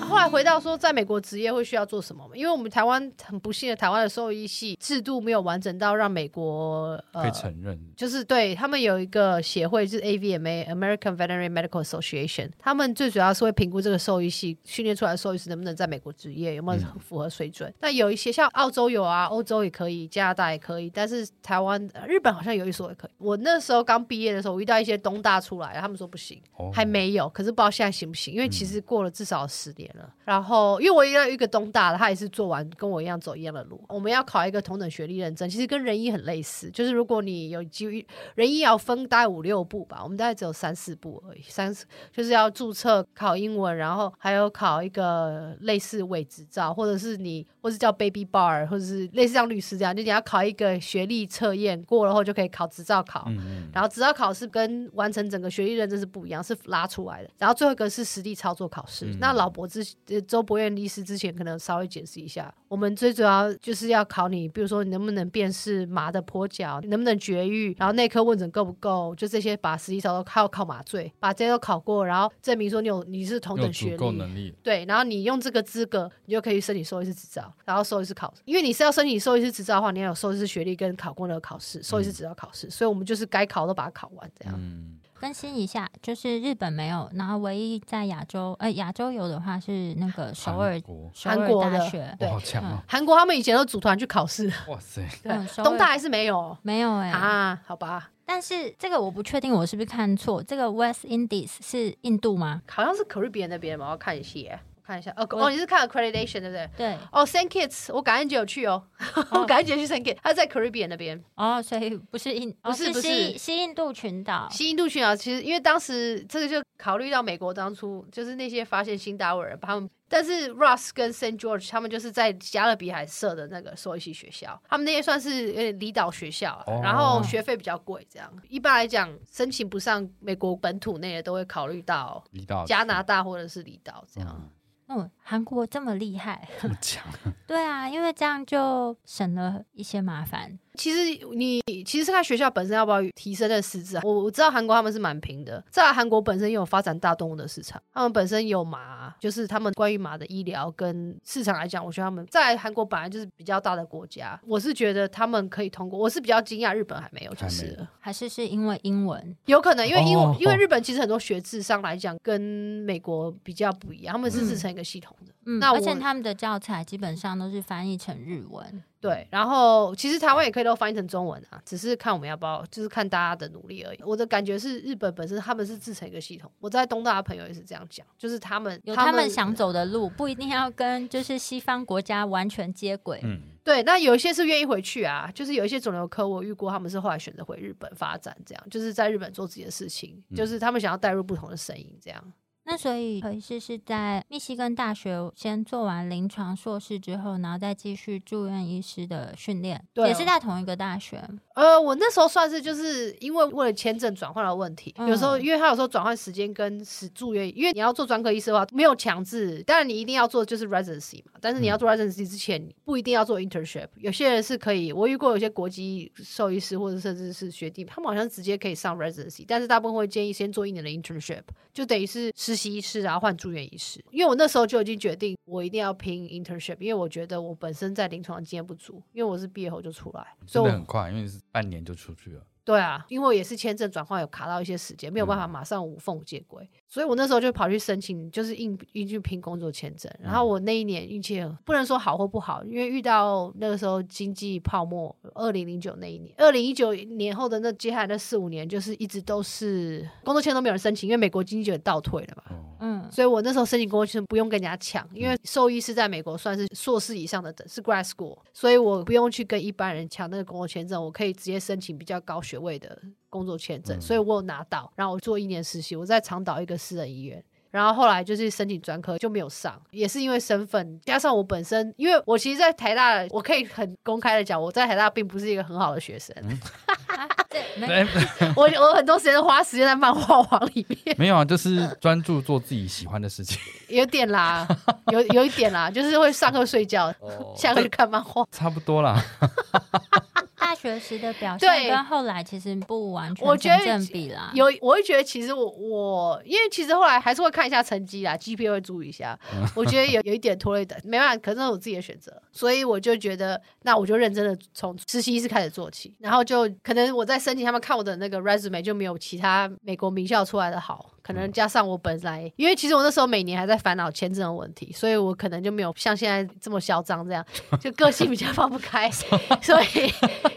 Speaker 3: 后来回到说，在美国职业会需要做什么嘛？因为我们台湾很不幸的，台湾的兽医系制度没有完整到让美国
Speaker 2: 可
Speaker 3: 呃
Speaker 2: 以，承认。
Speaker 3: 就是对他们有一个协会，就是 AVMA American Veterinary Medical Association，他们最主要是会评估这个兽医系训练出来的兽医师能不能在美国职业，有没有
Speaker 2: 嗯
Speaker 3: 符合水准。那有一些像澳洲有啊，欧洲也可以，加拿大也可以，但是台湾、呃日本好像有一所也可以。我那时候刚毕业的时候，我遇到一些东大出来的，他们说不行。
Speaker 2: 哦嗯
Speaker 3: 还没有，可是不知道现在行不行，因为其实过了至少十年了。然后，因为我也有一个东大的，他也是做完跟我一样走一样的路。我们要考一个同等学历认证，其实跟人医很类似，就是如果你有机会，人医要分大概五六步吧，我们大概只有三四步而已，三四就是要注册考英文，然后还有考一个类似伪执照，或者是你或是叫 baby bar，或者是类似像律师这样，就你要考一个学历测验过了后就可以考执照考。
Speaker 2: 嗯
Speaker 3: 然后执照考试跟完成整个学历认证是不一样，是拉出来的。然后最后一个是实地操作考试。
Speaker 2: 嗯
Speaker 3: 那老伯之呃周伯彦医师之前可能稍微解释一下，我们最主要就是要考你，比如说你能不能辨识马的跛脚，能不能绝育，然后内科问诊够不够，就这些把实地操作还有考马醉，把这些都考过，然后证明说你有你是同
Speaker 2: 嗯，有
Speaker 3: 等学历，
Speaker 2: 足够能力，
Speaker 3: 对，然后你用这个资格，你就可以申请兽医师执照，然后兽医师考，因为你是要申请兽医师执照的话，你要有兽医师学历跟考过那个考试，兽医师执照考试，所以我们就是该考都把它考完，这样。
Speaker 2: 嗯，
Speaker 1: 更新一下，就是日本没有，然后唯一在亚洲，呃，亚洲有的话是那个首尔
Speaker 2: 韩国，
Speaker 1: 首尔
Speaker 3: 韩国的
Speaker 1: 大学，
Speaker 3: 对嗯
Speaker 2: 哇，好强哦！
Speaker 3: 韩国他们以前都组团去考试，
Speaker 2: 哇塞，
Speaker 1: 嗯
Speaker 3: 对，
Speaker 1: 首
Speaker 3: 东大
Speaker 1: 尔
Speaker 3: 还是没有
Speaker 1: 没有哎、
Speaker 3: 啊？好吧，
Speaker 1: 但是这个我不确定我是不是看错，这个 West Indies 是印度吗？
Speaker 3: 好像是 Caribbean 那边嘛，我看一下，我看一下，哦
Speaker 1: 我
Speaker 3: 哦，你是看 accreditation 对不对？
Speaker 1: 对，
Speaker 3: 哦，Saint Kitts，我感恩节有去哦， <laughs> 我感恩节去 Saint Kitts，他在 Caribbean 那边。
Speaker 1: 哦，所以不是印，哦
Speaker 3: 不是不
Speaker 1: 西
Speaker 3: 是
Speaker 1: 西印度群岛，
Speaker 3: 新印度群岛其实因为当时这个就考虑到美国当初就是那些发现新达尔人，把他们，但是 Ross 跟 Saint George 他们就是在加勒比海设的那个兽医系学校，他们那些算是有点离岛学校啊、
Speaker 2: 哦
Speaker 3: 然后学费比较贵，这样一般来讲申请不上美国本土内的都会考虑到
Speaker 2: 离岛
Speaker 3: 加拿大或者是离岛这样。
Speaker 1: 嗯，韩国这么厉
Speaker 3: <laughs>
Speaker 1: 害，
Speaker 2: 这么强，
Speaker 1: 对啊，因为这样就省了一些麻烦。
Speaker 3: 其实你其实是看学校本身要不要提升的师资啊。我我知道韩国他们是蛮平的，在韩国本身也有发展大动物的市场，他们本身有马，就是他们关于马的医疗跟市场来讲，我觉得他们在韩国本来就是比较大的国家，我是觉得他们可以通过。我是比较惊讶日本还没有，就
Speaker 2: 还没
Speaker 3: 是
Speaker 1: 还是是因为英文，
Speaker 3: 有可能因为因为、
Speaker 2: 哦
Speaker 3: 因为日本其实很多学制上来讲跟美国比较不一样，他们是自成一个系统的。
Speaker 1: 嗯，
Speaker 3: 那
Speaker 1: 而且
Speaker 3: 我
Speaker 1: 他们的教材基本上都是翻译成日文，
Speaker 3: 对，然后其实台湾也可以都翻译成中文啊，只是看我们要不要，就是看大家的努力而已。我的感觉是，日本本身他们是自成一个系统。我在东大的朋友也是这样讲，就是他们
Speaker 1: 有他们想走的路，不一定要跟就是西方国家完全接轨。
Speaker 2: 嗯，
Speaker 3: 对，那有一些是愿意回去啊，就是有一些肿瘤科我遇过，他们是后来选择回日本发展，这样就是在日本做自己的事情，就是他们想要带入不同的声音，这样。
Speaker 1: 那所以何医师是在密西根大学先做完临床硕士之后，然后再继续住院医师的训练，
Speaker 3: 对哦
Speaker 1: 也是在同一个大学。
Speaker 3: 呃，我那时候算是就是因为为了签证转换的问题，
Speaker 1: 嗯
Speaker 3: 有时候因为他有时候转换时间跟时住院，因为你要做专科医师的话，没有强制，当然你一定要做就是 residency 嘛，但是
Speaker 2: 嗯
Speaker 3: 你要做 residency 之前，你不一定要做 internship，有些人是可以，我遇过有些国际兽医师或者甚至是学弟，他们好像直接可以上 residency，但是大部分会建议先做一年的 internship，就等于是实习医师，然后换住院医师。因为我那时候就已经决定，我一定要拼 internship，因为我觉得我本身在临床经验不足，因为我是毕业后就出来，
Speaker 2: 真
Speaker 3: 所以我
Speaker 2: 的很快，因为你是半年就出去了，
Speaker 3: 对啊，因为我也是签证转换有卡到一些时间，没有办法马上无缝接轨，所以我那时候就跑去申请，就是应应去拼工作签证。然后我那一年运气很不能说好或不好，因为遇到那个时候经济泡沫，二零零九那一年，二零一九年后的那接下来那四五年，就是一直都是工作签都没有人申请，因为美国经济也倒退了嘛。
Speaker 2: 哦，
Speaker 3: <laughs>
Speaker 1: 嗯，
Speaker 3: 所以我那时候申请工作签不用跟人家抢，因为兽医是在美国算是硕士以上的等，是 grad school，所以我不用去跟一般人抢那个工作签证，我可以直接申请比较高学位的工作签证，
Speaker 2: 嗯
Speaker 3: 所以我有拿到，然后我做一年实习，我在长岛一个私人医院。然后后来就是申请专科就没有上，也是因为身份加上我本身，因为我其实，在台大我可以很公开的讲，我在台大并不是一个很好的学生，
Speaker 1: 啊这没
Speaker 2: 哎
Speaker 3: 我我很多时间都花时间在漫画网里面。
Speaker 2: 没有啊，就是专注做自己喜欢的事情， <laughs>
Speaker 3: 有点啦，有有一点啦，就是会上课睡觉，下课去看漫画。
Speaker 2: 差不多啦。
Speaker 1: 大学时的表现
Speaker 3: 对
Speaker 1: 跟后来其实不完全
Speaker 3: 我觉得
Speaker 1: 成正比啦。
Speaker 3: 有，我会觉得其实我我，因为其实后来还是会看一下成绩啦，GPA 会注意一下。我觉得有有一点拖累的，没办法，可是那是我自己的选择，所以我就觉得，那我就认真的从实习医师开始做起，然后就可能我在申请他们看我的那个 resume 就没有其他美国名校出来的好，可能加上我本来，因为其实我那时候每年还在烦恼签证的问题，所以我可能就没有像现在这么嚣张，这样就个性比较放不开， <laughs> 所以。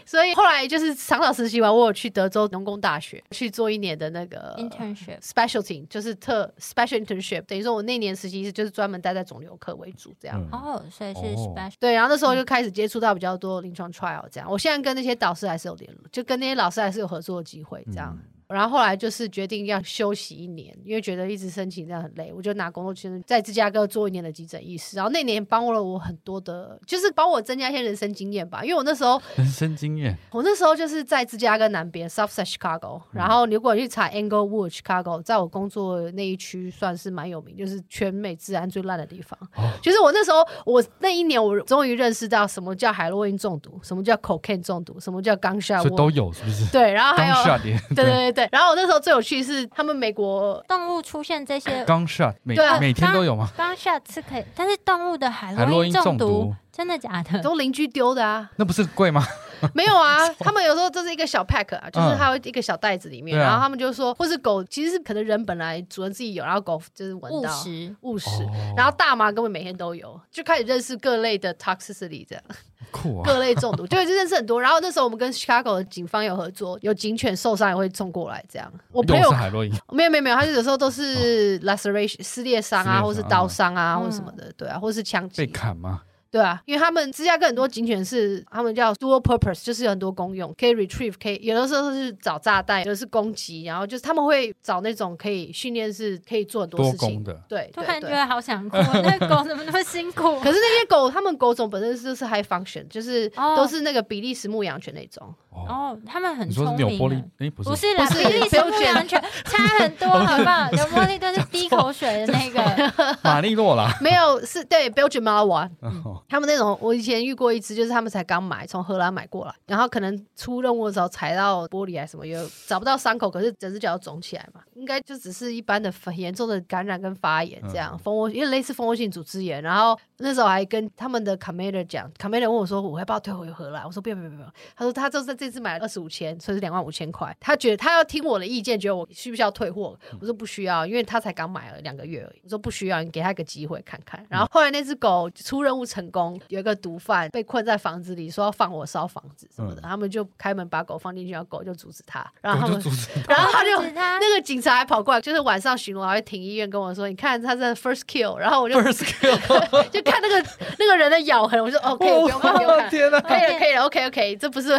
Speaker 3: 所以后来就是长岛实习完，我有去德州农工大学去做一年的那个
Speaker 1: internship
Speaker 3: specialty，就是特 special internship，等于说我那年实习是就是专门待在肿瘤科为主这样。
Speaker 2: 嗯
Speaker 1: 哦，所以是
Speaker 2: 哦
Speaker 1: special
Speaker 3: 对，然后那时候就开始接触到比较多临床 trial 这样。我现在跟那些导师还是有联络，就跟那些老师还是有合作的机会这样。然后后来就是决定要休息一年，因为觉得一直申请这样很累，我就拿工作签证在芝加哥做一年的急诊医师。然后那年帮了我很多的，就是帮我增加一些人生经验吧。因为我那时候
Speaker 2: 人生经验，
Speaker 3: 我那时候就是在芝加哥南边 （Southside Chicago），然
Speaker 2: 嗯
Speaker 3: 后如果你去查 Englewood Chicago，在我工作的那一区算是蛮有名，就是全美治安最烂的地方。
Speaker 2: 哦
Speaker 3: 就是我那时候，我那一年我终于认识到什么叫海洛因中毒，什么叫 cocaine 中毒，什么叫 gunshot
Speaker 2: 所以都
Speaker 3: wound。
Speaker 2: 有是不是？
Speaker 3: 啊对，然后还
Speaker 2: 刚
Speaker 3: 有
Speaker 2: shot 也
Speaker 3: <laughs> 对对对对，然后我那时候最有趣是他们美国
Speaker 1: 动物出现这些
Speaker 2: 刚 shot 每
Speaker 3: 对啊
Speaker 2: 每天都有吗？
Speaker 1: 刚下次可以，但是动物的海
Speaker 2: 海洛
Speaker 1: 因
Speaker 2: 因
Speaker 1: 中
Speaker 2: 中毒
Speaker 1: 真的假的？
Speaker 3: 都邻居丢
Speaker 2: <laughs>
Speaker 3: 的啊，
Speaker 2: 那不是贵吗？
Speaker 3: 没有啊，他们有时候这是一个小 pack 啊，就是
Speaker 2: 嗯
Speaker 3: 它会一个小袋子里面，
Speaker 2: 对啊
Speaker 3: 然后他们就说，或是狗，其实是可能人本来主人自己有，然后狗就是闻
Speaker 1: 误
Speaker 3: 到。
Speaker 1: 食
Speaker 3: 务实，
Speaker 2: 哦
Speaker 3: 然后大麻根本每天都有，就开始认识各类的 toxicity 这样，
Speaker 2: 酷啊！
Speaker 3: 各类中毒， <laughs> 对，就认识很多。然后那时候我们跟 Chicago 的警方有合作，有警犬受伤也会送过来这样。我朋
Speaker 2: 又
Speaker 3: 友
Speaker 2: 是海洛因，
Speaker 3: 没有没有没有，他就有时候都是 laceration 撕裂伤
Speaker 2: 撕裂
Speaker 3: 啊，
Speaker 2: 伤
Speaker 3: 或是刀伤啊，
Speaker 1: 嗯
Speaker 3: 或者什么的，对啊，或是枪
Speaker 2: 被
Speaker 3: 击，
Speaker 2: 砍吗？
Speaker 3: 对啊，因为他们芝加哥很多警犬是他们叫 dual purpose，就是有很多功用，可以 retrieve，可以有的时候是找炸弹，有的是攻击，然后就是他们会找那种可以训练是可以做很多
Speaker 2: 多
Speaker 3: 事情
Speaker 2: 功，的，
Speaker 3: 对，
Speaker 1: 突
Speaker 3: 对
Speaker 1: 然
Speaker 3: 对
Speaker 1: 觉得好想哭， <laughs> 那个狗怎么那么辛苦？
Speaker 3: <laughs> 可是那些狗，它们狗种本身就是 high function，就是
Speaker 1: 哦
Speaker 3: 都是那个比利时牧羊犬那种。
Speaker 2: 哦，
Speaker 1: 哦，他们很
Speaker 2: 你说是
Speaker 1: 聪
Speaker 2: 纽波利
Speaker 1: 明。？
Speaker 2: 哎，不
Speaker 1: 不
Speaker 2: <laughs> 是，
Speaker 1: 是啦，
Speaker 3: 不是
Speaker 1: 比利时牧
Speaker 3: Belgian
Speaker 1: 羊
Speaker 3: <laughs>
Speaker 1: 犬差很多，好不好？纽波利顿
Speaker 2: <laughs>
Speaker 1: 是滴口水的那个，
Speaker 2: 玛丽诺啦。
Speaker 3: 没有，是对 Belgian Malinois，
Speaker 2: <laughs> 哦
Speaker 3: 他们那种我以前遇过一只，就是他们才刚买，从荷兰买过来，然后可能出任务的时候踩到玻璃还是什么，有找不到伤口，可是整只脚肿起来嘛，应该就只是一般的很严重的感染跟发炎这
Speaker 2: 嗯
Speaker 3: 样，蜂窝因为类似蜂窝性组织炎。然后那时候还跟他们的 commander 讲，commander 问我说我要不要退回荷兰，我说不要不要不要不要，他说他就在这次买了二十五千，所以是两万五千块，他觉得他要听我的意见，觉得我需不需要退货，我说不需要，因为他才刚买了两个月而已，我说不需要，你给他一个机会看看。然后后来那只狗出任务成功，有一个毒贩被困在房子里，说要放火烧房子什么的，他们就开门把狗放进去，然后狗就阻止他，然
Speaker 2: <laughs>
Speaker 3: 后
Speaker 2: 我嗯就
Speaker 3: 啊他们
Speaker 2: 阻止
Speaker 3: 然后他
Speaker 1: 阻
Speaker 3: 就
Speaker 1: 止他
Speaker 3: 那个警察还跑过来，就是晚上巡逻还会停医院跟我说，你看他在 first kill，然后我就
Speaker 2: first kill，
Speaker 3: <laughs> 就看那个那个人的咬痕，我就
Speaker 2: <laughs>
Speaker 3: 哦可以不用看不用看，可以
Speaker 2: 天哪！
Speaker 3: 了可以了 OK OK，这不是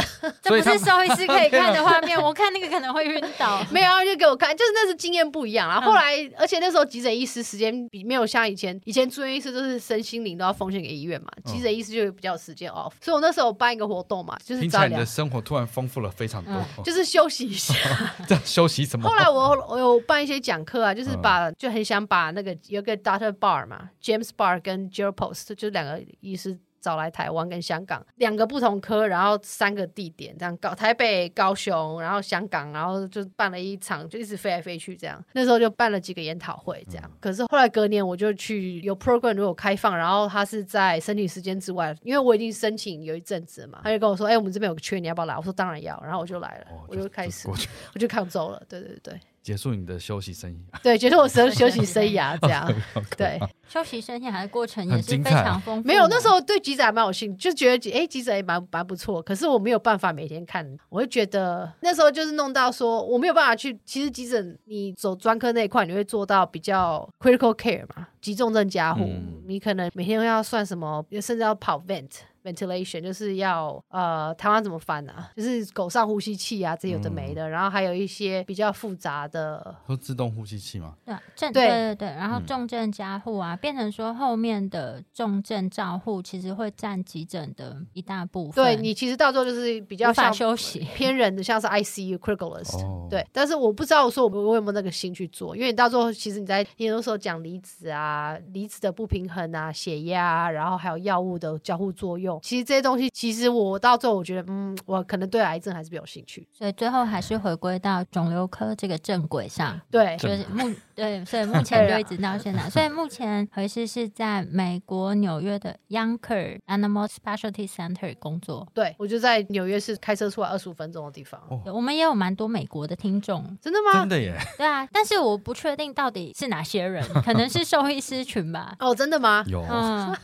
Speaker 1: 这
Speaker 2: 所以
Speaker 1: 不
Speaker 2: 他
Speaker 1: 是
Speaker 2: 们
Speaker 1: 兽医师可以看的画面，我看那个可能会晕倒。
Speaker 3: <laughs> 没有，他就给我看，就是那是经验不一样啦。
Speaker 1: 嗯
Speaker 3: 后来，而且那时候急诊医师时间比没有像以前，以前住院医师都是身心灵都要奉献给医院嘛，急诊医师就比较有时间 off。所以我那时候有办一个活动嘛， <laughs> 就是
Speaker 2: 听起
Speaker 3: 找
Speaker 2: 来你
Speaker 3: 两
Speaker 2: 的，生活突然丰富了非常多。 <laughs>
Speaker 3: 就是休息一下。
Speaker 2: 这样休息什么？
Speaker 3: 后来我我有办一些讲课啊，就是
Speaker 2: 嗯
Speaker 3: 把、就很想把那个有个 Doctor Bar 嘛，James Bar 跟 j e r Post 就是两个医师。找来台湾跟香港两个不同科，然后三个地点这样搞，台北、高雄，然后香港，然后就办了一场，就一直飞来飞去这样。那时候就办了几个研讨会这样。
Speaker 2: 嗯
Speaker 3: 可是后来隔年我就去有 program 如果开放，然后他是在申请时间之外，因为我已经申请有一阵子嘛，他就跟我说：“哎、我们这边有个缺，你要不要来？”我说：“当然要。”然后我就来了，
Speaker 2: 哦
Speaker 3: 我就开始，
Speaker 2: 过去
Speaker 3: 我就抗周了。对对对。 <laughs>
Speaker 2: 结束你的休息生涯，
Speaker 3: 对，结束我休休息生涯
Speaker 2: <laughs>
Speaker 3: 这样。 <laughs> 对，
Speaker 1: 休息生涯的过程
Speaker 2: 很
Speaker 1: 也是
Speaker 2: 精
Speaker 1: 非
Speaker 2: 彩
Speaker 1: 常丰富的。
Speaker 3: 没有那时候对记者还蛮有兴趣，就觉得记哎记者也蛮蛮不错，可是我没有办法每天看，我就觉得那时候就是弄到说我没有办法去，其实急诊你走专科那一块，你会做到比较 critical care 嘛，急重症加护，
Speaker 2: 嗯
Speaker 3: 你可能每天要算什么，甚至要跑 vent。ventilation 就是要呃，台湾怎么翻啊？就是狗上呼吸器啊，这有的没的，然后还有一些比较复杂的
Speaker 2: 说自动呼吸器嘛，
Speaker 1: 对啊正
Speaker 3: 对
Speaker 1: 对对对，然后
Speaker 2: 嗯
Speaker 1: 重症加护啊，变成说后面的重症照护其实会占急诊的一大部分，
Speaker 3: 对你其实到最后就是比较
Speaker 1: 无法
Speaker 3: 像
Speaker 1: 休息。
Speaker 3: 偏人的，像是 ICU criticalist，、
Speaker 2: 哦
Speaker 3: 对。但是我不知道说我我有没有那个心去做，因为你到最后其实你在研究时候讲离子啊、离子的不平衡啊、血压啊，然后还有药物的交互作用用。其实这些东西，其实我到最后我觉得，嗯，我可能对癌症还是比较有兴趣。
Speaker 1: 所以最后还是回归到肿瘤科这个正轨上，
Speaker 3: 对，
Speaker 1: 就是目对，所以目前
Speaker 3: 对
Speaker 1: 就
Speaker 3: 啊
Speaker 1: 一直到现在。所以目前何医师是在美国纽约的 Yanker Animal Specialty Center 工作。
Speaker 3: 对我就在纽约市开车出来二十五分钟的地方。
Speaker 2: 哦
Speaker 1: 我们也有蛮多美国的听众，
Speaker 3: 真的吗
Speaker 2: 真？的耶，
Speaker 1: 对啊，但是我不确定到底是哪些人，可能是兽医师群
Speaker 3: <laughs>
Speaker 1: 吧。
Speaker 3: 哦，真的吗？
Speaker 2: 有
Speaker 1: 嗯，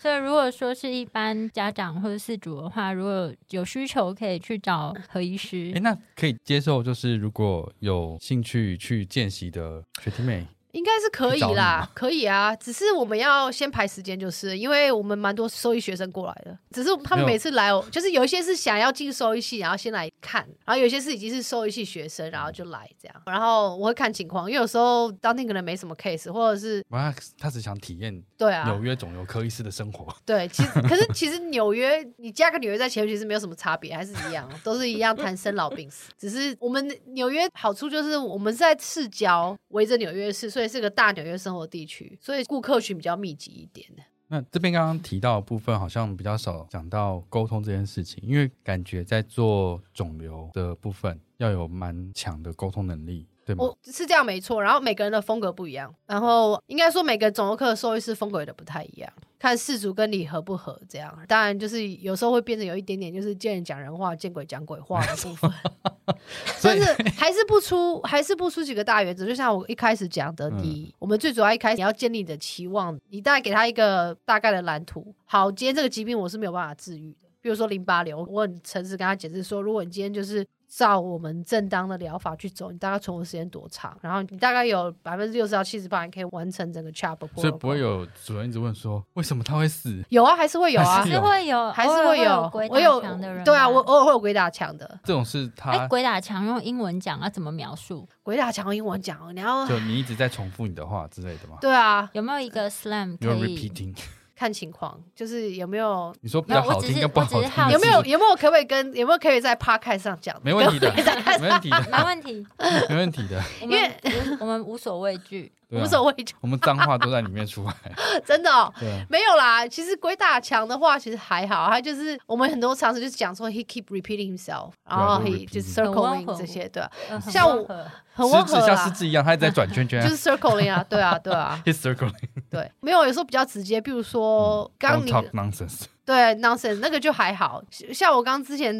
Speaker 1: 所以如果说是一般家长或者饲主的话，如果有需求可以去找何医师。
Speaker 2: 哎，那可以接受，就是如果有兴趣去见习的学弟妹，
Speaker 3: 应该是可以
Speaker 2: 去找你
Speaker 3: 啦
Speaker 2: 吗，
Speaker 3: 可以啊。只是我们要先排时间，就是因为我们蛮多兽医学生过来的，只是他
Speaker 2: 没
Speaker 3: 们
Speaker 2: 有
Speaker 3: 每次来，就是有一些是想要进兽医系，然后先来看，然后有一些是已经是兽医系学生，然后就来这样。然后我会看情况，因为有时候当天可能没什么 case，或者是
Speaker 2: 哇，他只想体验
Speaker 3: 对啊，
Speaker 2: 纽约肿瘤科医师的生活。
Speaker 3: 对，其实可是其实纽约，你加个纽约在前面，其实没有什么差别，还是一样，都是一样谈生老病死。只是我们纽约好处就是我们是在市郊，围着纽约市，所以是个大纽约生活地区，所以顾客群比较密集一点。
Speaker 2: 那这边刚刚提到的部分，好像比较少讲到沟通这件事情，因为感觉在做肿瘤的部分要有蛮强的沟通能力，对吗？
Speaker 3: 我哦是这样没错，然后每个人的风格不一样，然后应该说每个肿瘤科的兽医师风格也都不太一样，看事主跟你合不合这样。当然就是有时候会变成有一点点就是见人讲人话，见鬼讲鬼话的部分。
Speaker 2: 所
Speaker 3: 但
Speaker 2: 以 <laughs>
Speaker 3: 是还是不出，还是不出几个大原则。就像我一开始讲的，
Speaker 2: 嗯
Speaker 3: 你、我们最主要一开始你要建立你的期望，你大概给他一个大概的蓝图。好，今天这个疾病我是没有办法治愈的，比如说淋巴瘤，我很诚实跟他解释说，如果你今天就是。照我们正当的疗法去走，你大概存活时间多长？然后你大概有百分之六十到七十八，你可以完成整个 CHOP。
Speaker 2: 所以不会有主任一直问说为什么他会死？
Speaker 3: 有啊，还是会有啊
Speaker 1: 还，是会有，
Speaker 3: <laughs> 还是
Speaker 1: 偶尔会鬼
Speaker 3: 会有。我
Speaker 1: 打
Speaker 3: 有
Speaker 1: 墙的人吧，
Speaker 3: 对啊，我偶尔会有鬼打墙的，
Speaker 2: 这种是
Speaker 1: 哎、
Speaker 2: 他
Speaker 1: 鬼打墙用英文讲要怎么描述？
Speaker 3: 鬼打墙用英文讲哦，然后
Speaker 2: 就你一直在重复你的话之类的吗？
Speaker 3: 对啊，
Speaker 1: 有没有一个 slam
Speaker 2: 呃没有
Speaker 1: 可以？
Speaker 2: repeating， <laughs>
Speaker 3: 看情况，就是有没有
Speaker 2: 你说比较好听跟不好
Speaker 1: 我只是好
Speaker 2: 听，
Speaker 1: 奇
Speaker 3: 有没有有没有可不可以跟有没有可以在 podcast 上讲？
Speaker 2: 没问题的，
Speaker 3: <laughs> 在
Speaker 2: <laughs> 没问题的，
Speaker 1: <laughs> 没问
Speaker 3: <laughs>
Speaker 1: 题，
Speaker 2: 没问题的，
Speaker 1: 我
Speaker 3: 因
Speaker 1: 们
Speaker 3: 为
Speaker 1: 无我们无所畏惧。
Speaker 2: 对啊
Speaker 3: 无所谓，就
Speaker 2: 我们脏话都在里面出来，
Speaker 3: 真的哦。
Speaker 2: 对啊，
Speaker 3: 没有啦，其实鬼打墙的话，其实还好，他就是我们很多常识就是讲说 he keep repeating himself，然后
Speaker 2: 对
Speaker 3: he
Speaker 2: 啊
Speaker 3: 就
Speaker 2: 就是 repeating
Speaker 3: circling
Speaker 1: 很温和
Speaker 3: 这些，对啊，
Speaker 1: 呃很
Speaker 3: 像
Speaker 1: 温
Speaker 3: 我
Speaker 1: 和
Speaker 3: 很温
Speaker 2: 狮子
Speaker 3: 和
Speaker 2: 像
Speaker 3: 啦
Speaker 2: 狮，子一样，他在转圈圈
Speaker 3: 就是 circling 啊，对啊，对啊，
Speaker 2: ，his circling，
Speaker 3: 对，没有，有时候比较直接，比如说刚
Speaker 2: don't
Speaker 3: 你
Speaker 2: talk nonsense，
Speaker 3: 对 nonsense 那个就还好，像我刚之前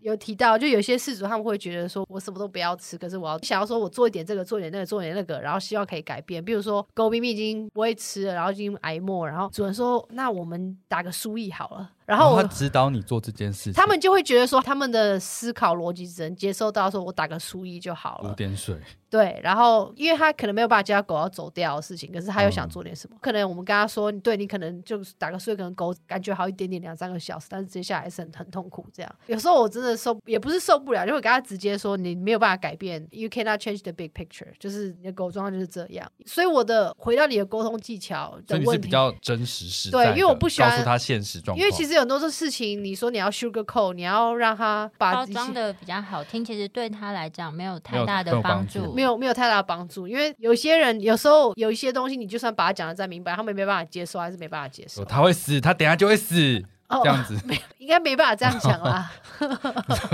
Speaker 3: 有提到，就有些事主他们会觉得说我什么都不要吃，可是我要想要说我做一点这个，做一点那个，做一点那个，然后希望可以改变。比如说狗咪咪已经不会吃了，然后已经挨末，然后主人说那我们打个输液好了，然后我。
Speaker 2: 哦他指导你做这件事情，
Speaker 3: 他们就会觉得说，他们的思考逻辑只能接受到说，我打个输液就好
Speaker 2: 五
Speaker 3: 了。
Speaker 2: 点水，
Speaker 3: 对，然后因为他可能没有办法接到狗要走掉的事情，可是他又想
Speaker 2: 嗯
Speaker 3: 做点什么，可能我们跟他说，对你可能就是打个睡，可能狗感觉好一点点，两三个小时，但是接下来是很很痛苦这样。有时候我真的受，也不是受不了，就会跟他直接说，你没有办法改变，you cannot change the big picture，就是你的狗状况就是这样。所以我的回到你的沟通技巧
Speaker 2: 所
Speaker 3: 的
Speaker 2: 以你是
Speaker 3: 问
Speaker 2: 比
Speaker 3: 题。
Speaker 2: 较哦真实实
Speaker 3: 对
Speaker 2: 在的
Speaker 3: 因为我不喜欢
Speaker 2: 告诉他现实状况，
Speaker 3: 因为其实很多的事情，你说你要 sugar coat，你要让他把
Speaker 1: 包
Speaker 3: 一些
Speaker 1: 装的比较好听，其实对他来讲没有
Speaker 2: 没
Speaker 1: 太
Speaker 2: 有
Speaker 1: 大
Speaker 2: 没
Speaker 1: 的
Speaker 2: 有帮
Speaker 1: 帮
Speaker 2: 助
Speaker 1: 助。
Speaker 3: 没有没有太大的帮助，因为有些人有时候有一些东西，你就算把它讲的再明白，他们也没办法接受，还是没办法接受
Speaker 2: 说。他会死，他等一下就会死，
Speaker 3: 哦
Speaker 2: 这样子 <laughs>
Speaker 3: 应该没办法这样讲啦，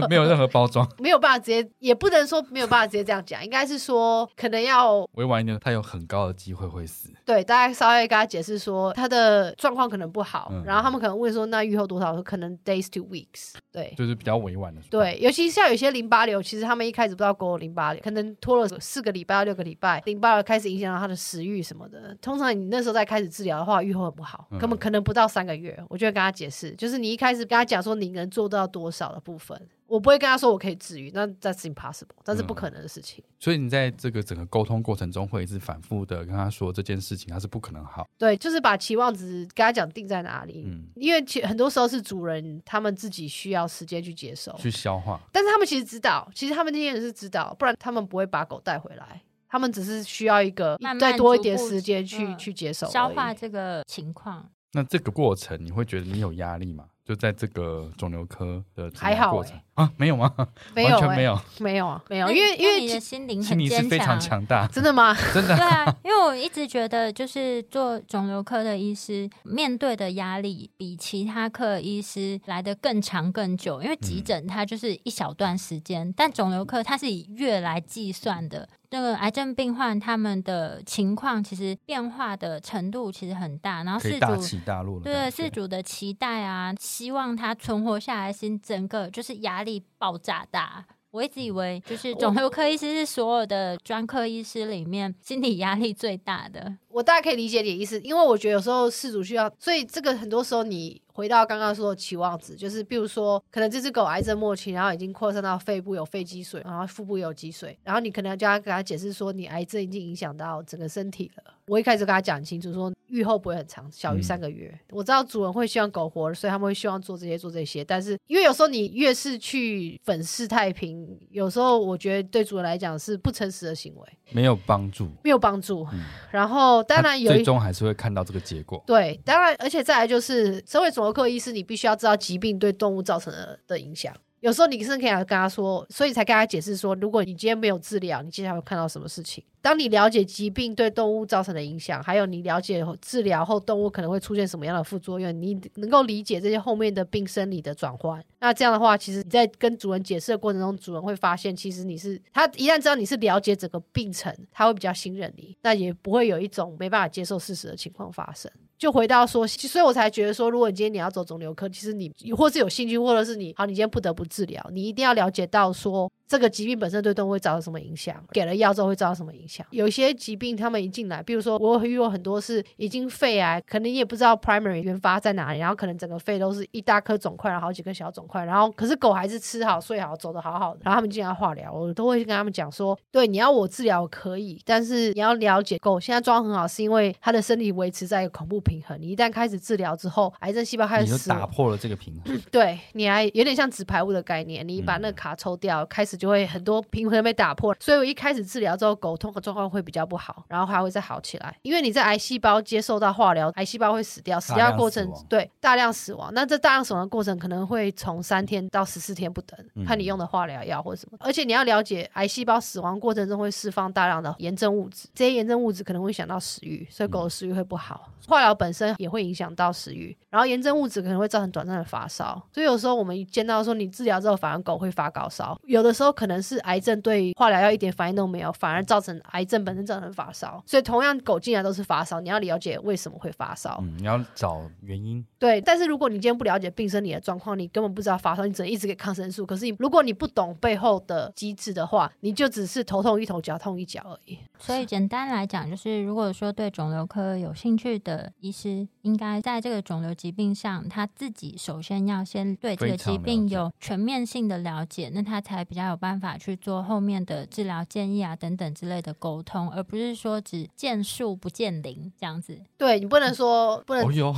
Speaker 2: 没有任何包装，
Speaker 3: 没有办法直接，也不能说没有办法直接这样讲，应该是说可能要
Speaker 2: 委婉一点，他有很高的机会会死，
Speaker 3: 对大家稍微跟他解释说他的状况可能不好，
Speaker 2: 嗯
Speaker 3: 然后他们可能问说那愈后多少，我说可能 days to weeks，对。
Speaker 2: 就是比较委婉的说，
Speaker 3: 对，尤其像有些淋巴瘤，其实他们一开始不知道狗有淋巴瘤，可能拖了四个礼拜到六个礼拜，淋巴瘤开始影响到他的食欲什么的。通常你那时候再开始治疗的话，愈后很不好，根本
Speaker 2: 嗯
Speaker 3: 可能不到三个月。我就会跟他解释，就是你一开始跟他讲说你能做到多少的部分，我不会跟他说我可以治愈，那 that's impossible，那是不可能的事情。
Speaker 2: 所以你在这个整个沟通过程中，会一直反复的跟他说这件事情，他是不可能好，
Speaker 3: 对，就是把期望值跟他讲定在哪里。
Speaker 2: 嗯，
Speaker 3: 因为其很多时候是主人他们自己需要时间去接受，
Speaker 2: 去消化，
Speaker 3: 但是他们其实知道，其实他们那些人是知道，不然他们不会把狗带回来。他们只是需要一个
Speaker 1: 慢慢
Speaker 3: 再多一点
Speaker 1: 逐步
Speaker 3: 时间去、
Speaker 1: 嗯
Speaker 3: 去接受而已
Speaker 1: 消化这个情况，
Speaker 2: 那这个过程你会觉得你有压力吗？就在这个肿瘤科的治
Speaker 3: 还
Speaker 2: 疗
Speaker 3: 好
Speaker 2: 过
Speaker 3: 欸
Speaker 2: 程、啊？没有吗？
Speaker 3: 没有、
Speaker 2: 完
Speaker 3: 欸，
Speaker 2: 全没有，
Speaker 3: 没有啊，没有，
Speaker 1: 那
Speaker 3: 因为
Speaker 1: 你
Speaker 3: 因
Speaker 1: 那
Speaker 3: 为
Speaker 1: 你的
Speaker 3: 其
Speaker 1: 心灵
Speaker 2: 心
Speaker 1: 很
Speaker 2: 理是
Speaker 1: 坚啊
Speaker 2: 非常强
Speaker 3: <laughs>
Speaker 2: 大，
Speaker 3: 真的吗？
Speaker 2: 真的
Speaker 1: 对啊，因为我一直觉得，就是做肿瘤科的医师面对的压力比其他科医师来的更长更久，因为急诊它就是一小段时间，但肿瘤科它是以月来计算的。那个癌症病患他们的情况其实变化的程度其实很大，然后
Speaker 2: 可
Speaker 1: 事
Speaker 2: 以大
Speaker 1: 主
Speaker 2: 起大落的
Speaker 1: 对
Speaker 2: 感觉。
Speaker 1: 事主的期待啊，希望他存活下来，心整个就是压力爆炸大。我一直
Speaker 2: 嗯
Speaker 1: 以为就是肿瘤科医师是所有的专科医师里面心理压力最大的。
Speaker 3: 我大概可以理解你的意思，因为我觉得有时候事主需要，所以这个很多时候你回到刚刚说的期望值，就是比如说，可能这只狗癌症末期，然后已经扩散到肺部有肺积水，然后腹部有积水，然后你可能要叫他给他解释说，你癌症已经影响到整个身体了。我一开始跟他讲清楚说，愈后不会很长，小于
Speaker 2: 嗯
Speaker 3: 三个月。我知道主人会希望狗活，所以他们会希望做这些做这些，但是因为有时候你越是去粉饰太平，有时候我觉得对主人来讲是不诚实的行为，
Speaker 2: 没有帮助。
Speaker 3: 没有帮助。
Speaker 2: 嗯
Speaker 3: 然后当然有
Speaker 2: 他
Speaker 3: 一
Speaker 2: 最终还是会看到这个结果。
Speaker 3: 对，当然，而且再来就是，身为肿瘤科医师，你必须要知道疾病对动物造成的的影响。有时候你甚至可以跟他说，所以才跟他解释说，如果你今天没有治疗，你接下来会看到什么事情。当你了解疾病对动物造成的影响，还有你了解治疗后动物可能会出现什么样的副作用，你能够理解这些后面的病生理的转换。那这样的话，其实你在跟主人解释的过程中，主人会发现，其实你是他一旦知道你是了解整个病程，他会比较信任你，那也不会有一种没办法接受事实的情况发生。就回到说，其所以我才觉得说，如果你今天你要走肿瘤科，其实你或是有兴趣，或者是你好，你今天不得不治疗，你一定要了解到说这个疾病本身对动物会造成什么影响，给了药之后会造成什么影响。有一些疾病他们一进来，比如说我有遇过很多是已经肺癌，可能你也不知道 primary 原发在哪里，然后可能整个肺都是一大颗肿块，然后好几个小肿块，然后可是狗还是吃好睡好走得好好的，然后他们进来化疗，我都会跟他们讲说，对，你要我治疗可以，但是你要了解狗现在状况很好，是因为它的身体维持在一个恐怖平衡，你一旦开始治疗之后，癌症细胞开
Speaker 2: 你
Speaker 3: 始嗯
Speaker 2: 就
Speaker 3: 死
Speaker 2: 打
Speaker 3: 亡，
Speaker 2: 破了这个平衡，
Speaker 3: 对，你还有点像纸牌屋的概念，你把
Speaker 2: 嗯
Speaker 3: 那个卡抽掉，开始就会很多平衡被打破。所以我一开始治疗之后，狗痛的状况会比较不好，然后还会再好起来，因为你在癌细胞接受到化疗，癌细胞会死掉，死
Speaker 2: 大
Speaker 3: 掉
Speaker 2: 量
Speaker 3: 过
Speaker 2: 死
Speaker 3: 程
Speaker 2: 亡
Speaker 3: 对大量死亡。那这大量死亡的过程可能会从三天到十四天不等，看你
Speaker 2: 嗯
Speaker 3: 用的化疗药或者什么。而且你要了解，癌细胞死亡过程中会释放大量的炎症物质，这些炎症物质可能会影响到食欲，所以狗的食欲会不好。化疗本身也会影响到食欲，然后炎症物质可能会造成短暂的发烧，所以有时候我们见到说你治疗之后反而狗会发高烧，有的时候可能是癌症对化疗药一点反应都没有，反而造成癌症本身造成发烧。所以同样狗进来都是发烧，你要了解为什么会发烧。
Speaker 2: 嗯，你要找原因，
Speaker 3: 对，但是如果你今天不了解病生理的状况，你根本不知道发烧，你只能一直给抗生素。可是你如果你不懂背后的机制的话，你就只是头痛一头，脚痛一脚而已。
Speaker 1: 所以简单来讲，就是如果说对肿瘤科有兴趣的医师，应该在这个肿瘤疾病上，他自己首先要先对这个
Speaker 2: 非常
Speaker 1: 疾
Speaker 2: 了解
Speaker 1: 病有全面性的了解，那他才比较有办法去做后面的治疗建议啊等等之类的沟通，而不是说只见树不见林这样子。
Speaker 3: 对你不能说不能，
Speaker 2: 哦哟，。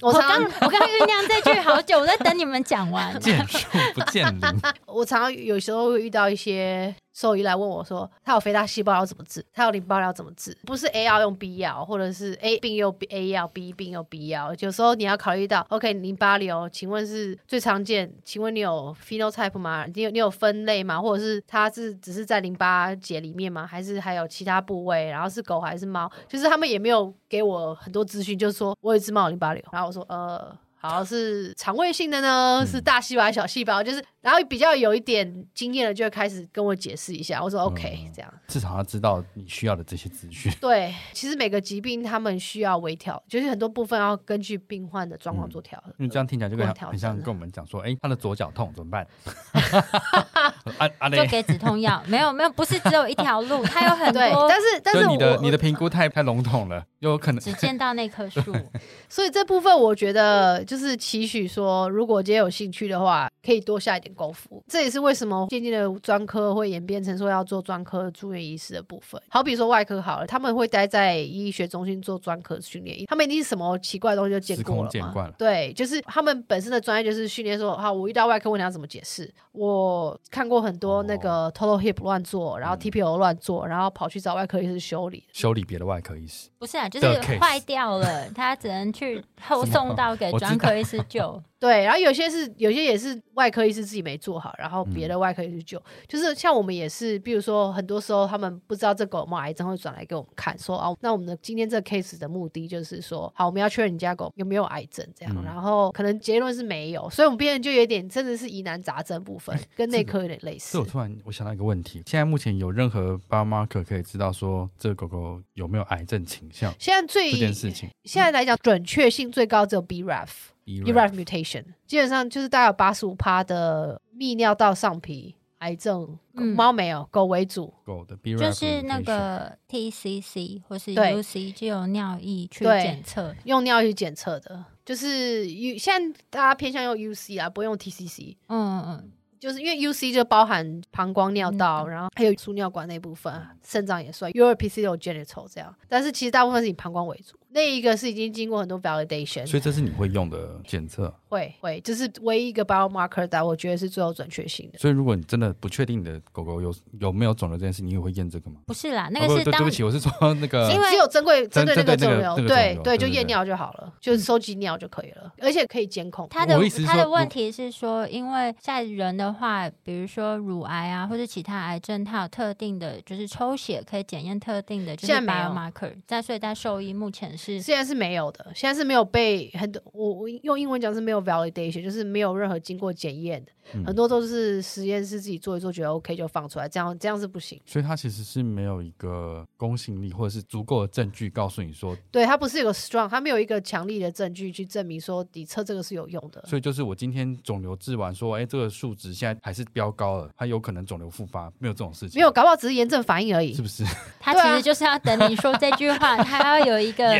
Speaker 3: 我常
Speaker 1: 刚
Speaker 3: 常
Speaker 1: 我刚酝酿这句好久，我在等你们讲完
Speaker 2: <laughs> 见树不见林，
Speaker 3: <laughs> 我常常有时候会遇到一些兽医来问我说，他有肥大细胞要怎么治，他有淋巴要怎么治，不是 A 药用 B 药，或者是 A 病用 A 药，B 病用 B 药。有时候你要考虑到，OK，淋巴瘤，请问是最常见，请问你有 phenotype 吗？你有你有分类吗？或者是它是只是在淋巴结里面吗？还是还有其他部位？然后是狗还是猫？就是他们也没有给我很多资讯，就是说我有一只猫有淋巴瘤，然后我说呃。好是肠胃性的呢，
Speaker 2: 嗯
Speaker 3: 是大细胞还是小细胞？就是，然后比较有一点经验的就会开始跟我解释一下。我说 OK，、
Speaker 2: 嗯
Speaker 3: 这样
Speaker 2: 至少要知道你需要的这些资讯。
Speaker 3: 对。其实每个疾病他们需要微调，就是很多部分要根据病患的状况
Speaker 2: 嗯
Speaker 3: 做调。
Speaker 2: 因为这样听起来就跟
Speaker 3: 过挑
Speaker 2: 很像
Speaker 3: 战了
Speaker 2: 跟我们讲说，哎、他的左脚痛怎么
Speaker 3: <laughs>
Speaker 2: 办？啊啊
Speaker 1: 就
Speaker 2: 嘞！
Speaker 1: 给止痛药，没有没有，不是只有一条路，它有很
Speaker 3: 对，
Speaker 1: 多
Speaker 3: 但是但
Speaker 2: 就是你的
Speaker 3: 我
Speaker 2: 你的评估太太笼统了，有可能
Speaker 1: 只
Speaker 2: <laughs>
Speaker 1: 见到那棵树。
Speaker 3: 所以这部分我觉得就是期许说，如果今天有兴趣的话，可以多下一点沟服。这也是为什么渐渐的专科会演变成说要做专科住院医师的部分。好比说外科好了，他们会待在医学中心做专科训练，他们一定是什么奇怪的东西就见
Speaker 2: 司
Speaker 3: 过
Speaker 2: 空
Speaker 3: 了
Speaker 2: 见
Speaker 3: 嘛。
Speaker 2: 惯了。
Speaker 3: 对，就是他们本身的专业就是训练说，好，我遇到外科问题要怎么解释。我看过很多那个 total hip 乱做，然后 TPO 乱做，然后跑去找外科医师修理。
Speaker 2: 修理别的外科医师，
Speaker 1: 不是啊，就
Speaker 2: 的
Speaker 1: 是
Speaker 2: case
Speaker 1: 坏掉了，他只能去后
Speaker 2: 什么
Speaker 1: 送到给
Speaker 2: 我知
Speaker 1: 专
Speaker 2: 道
Speaker 1: 科医师救。
Speaker 3: 对，然后有些是有些也是外科医师自己没做好，然
Speaker 2: 嗯
Speaker 3: 后别的外科医师救。就是像我们也是，比如说很多时候他们不知道这狗有没有癌症，会转来给我们看，说啊，那我们的今天这个 case 的目的就是说，好，我们要确认你家狗有没有癌症这样，
Speaker 2: 嗯
Speaker 3: 然后可能结论是没有，所以我们病人就有点真的是疑难杂症部分，跟内科有点类似
Speaker 2: 哎这我。突然我想到一个问题，现在目前有任何 biomarker 可以知道说这个狗狗有没有癌症倾向
Speaker 3: 现在最
Speaker 2: 这件事情
Speaker 3: 现在来讲，准确性最高只有 BRAF。BRAF mutation 基本上就是大概有八十五趴的泌尿道上皮癌症，
Speaker 1: 嗯
Speaker 3: 猫没有，狗为主。
Speaker 2: 狗的 BRAF
Speaker 1: 就是那
Speaker 2: mutation
Speaker 1: 个 TCC 或是
Speaker 3: 对
Speaker 1: UC 就有尿液去
Speaker 3: 对
Speaker 1: 检测，
Speaker 3: 用尿液检测的，就是 U 现在大家偏向用 UC 啊，不用 TCC，
Speaker 1: 嗯嗯
Speaker 3: 就是因为 UC 就包含膀胱尿道，然后还有输尿管那部分，啊肾脏也算 u r p c 有 genital 这样，但是其实大部分是以膀胱为主，那一个是已经经过很多 validation，
Speaker 2: 所以这是你会用的检测。
Speaker 3: 会会，这是唯一一个 biomarker 的，我觉得是最有准确性的。
Speaker 2: 所以如果你真的不确定你的狗狗有有没有肿瘤这件事，你也会验这个吗？
Speaker 1: 不是啦，那
Speaker 2: 啊不
Speaker 1: 个是
Speaker 2: 对
Speaker 1: 当
Speaker 2: 对不起，我是说那
Speaker 1: <laughs>
Speaker 2: 个
Speaker 1: 因为
Speaker 3: 只有针对针
Speaker 2: 针
Speaker 3: 对那
Speaker 2: 针对那
Speaker 3: 个肿
Speaker 2: 个
Speaker 3: 瘤，
Speaker 2: 那个肿瘤
Speaker 3: 对对，
Speaker 2: 对
Speaker 3: 就
Speaker 2: 对嗯
Speaker 3: 验
Speaker 2: 对
Speaker 3: 尿就好了，就是收集尿就可以了，而且可以监控。
Speaker 1: 他的
Speaker 2: 我意思是
Speaker 1: 他的
Speaker 2: 说
Speaker 1: 问
Speaker 2: 如
Speaker 1: 题是说，因为在人的话，比如说乳癌啊，或者其他癌症，它有特定的，就是抽血可以检验特定的，就是
Speaker 3: 现在没有啊
Speaker 1: biomarker。在所以在兽医目前是
Speaker 3: 现在是没有的，现在是没有被很多我我用英文讲是没有 validation，就是没有任何经过检验的，
Speaker 2: 嗯
Speaker 3: 很多都是实验室自己做一做，觉得 OK 就放出来，这样这样是不行。
Speaker 2: 所以它其实是没有一个公信力，或者是足够的证据告诉你说，
Speaker 3: 对，它不是有个 strong，它没有一个强力的证据去证明说你测这个是有用
Speaker 1: 呃
Speaker 3: 的。
Speaker 2: 所以就是我今天肿瘤治完说，哎，这个数值现在还是飙高了，它有可能肿瘤复发，没有这种事情，
Speaker 3: 没有，搞不好只是炎症反应而已
Speaker 2: 是。不是？
Speaker 1: 他
Speaker 3: 对
Speaker 1: 其
Speaker 3: 啊
Speaker 1: 实就是要等你说这句
Speaker 3: <laughs>
Speaker 1: 话，他要有一个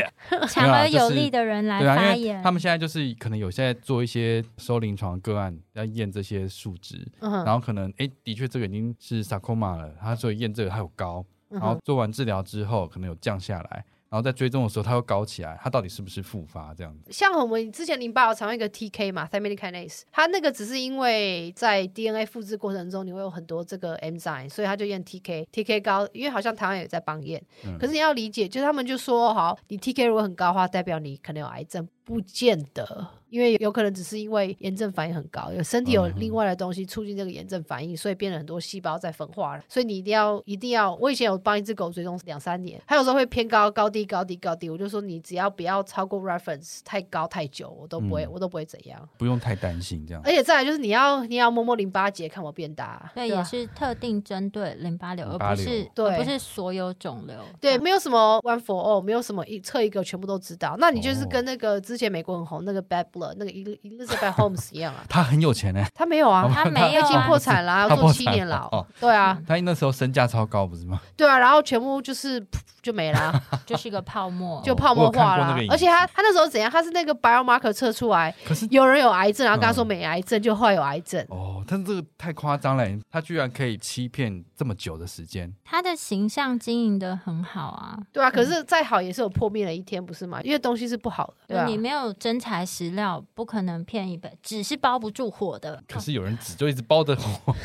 Speaker 1: 强而有力的人来
Speaker 2: 对啊，
Speaker 1: 发
Speaker 2: 因
Speaker 1: 言
Speaker 2: 为。他们现在就是可能有现在做一些收临床个案，要验这些数值，
Speaker 3: 嗯
Speaker 2: 然
Speaker 3: 哼，
Speaker 2: 后可能哎，的确这个已经是 sarcoma 了，它所以验这个它有高，
Speaker 3: 嗯
Speaker 2: 然后
Speaker 3: 哼，
Speaker 2: 做完治疗之后可能有降下来，然后在追踪的时候它又高起来，它到底是不是复发这样子？
Speaker 3: 像我们之前淋巴有常用一个 TK 嘛 t h y m i d kinase，它那个只是因为在 DNA 复制过程中你会有很多这个 enzyme，所以它就验 TK，TK 高，因为好像台湾也在帮验。
Speaker 2: 嗯
Speaker 3: 可是你要理解，就是他们就说，好，你 TK 如果很高的话，代表你可能有癌症，不见得，因为有可能只是因为炎症反应很高，有身体有
Speaker 2: 嗯哼
Speaker 3: 另外的东西促进这个炎症反应，所以变得很多细胞在分化了，所以你一定要一定要，我以前有帮一只狗追踪两三年，它有时候会偏高，高低高低高低，我就说你只要不要超过 reference 太高太久，我都不会、
Speaker 2: 嗯
Speaker 3: 我都不会怎样，
Speaker 2: 不用太担心这样。
Speaker 3: 而且再来就是你要你要摸摸淋巴结看我变大，啊
Speaker 1: 对，
Speaker 3: 吧
Speaker 1: 也是特定针对淋巴瘤，
Speaker 2: 淋
Speaker 1: 而
Speaker 2: 巴
Speaker 1: 不是
Speaker 3: 瘤
Speaker 1: 而不
Speaker 3: 对
Speaker 1: 是所有肿瘤。嗯
Speaker 3: 对，没有什么 one for all，没有什么一测一个全部都知道。那你就是
Speaker 2: 哦，
Speaker 3: 跟那个之前美国很红那个 Bad Blood 那个 El- Elizabeth Holmes 一样啊
Speaker 2: <laughs> 他很有钱欸呢、
Speaker 3: 他没有啊，
Speaker 1: 他没有
Speaker 3: 已经
Speaker 1: 啊
Speaker 3: 破产啦，
Speaker 2: 他
Speaker 3: 要
Speaker 2: 破产
Speaker 3: 坐七年牢。
Speaker 2: 哦
Speaker 3: 对啊，
Speaker 2: 他那时候身价超高，不是吗？
Speaker 3: 对啊，然后全部就是噗就没啊啦，
Speaker 1: 就是一个泡沫。
Speaker 3: 就泡沫
Speaker 2: 哦我有看
Speaker 3: 化
Speaker 2: 过
Speaker 3: 啦
Speaker 2: 那个影。
Speaker 3: 而且他他那时候怎样？他是那个 biomarker 测出来
Speaker 2: 可是
Speaker 3: 有人有癌症，然后跟他说
Speaker 2: 嗯
Speaker 3: 没癌症，就后来有癌症。
Speaker 2: 哦，但是这个太夸张了，他居然可以欺骗这么久的时
Speaker 3: 嗯
Speaker 2: 间，
Speaker 1: 他的形象经营的很好啊，
Speaker 3: 对
Speaker 2: 嗯
Speaker 3: 啊，可是再好也是有破灭的一天，不是吗？因为东西是不好的，对
Speaker 1: 就
Speaker 3: 啊。
Speaker 1: 你没有真材实料，不可能骗一本，纸是包不住火的。
Speaker 2: 可是有人只就一直包着
Speaker 3: <laughs>
Speaker 2: 我。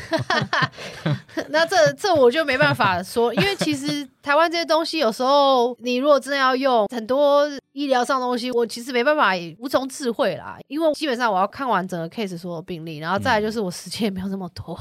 Speaker 3: 那这这我就没办法说，因为其实台湾这些东西有时候你如果真的要用很多医疗上的东西，我其实没办法也无从智慧啦，因为基本上我要看完整个 case 所有病例，然后
Speaker 2: 嗯
Speaker 3: 再来就是我时间也没有那么多，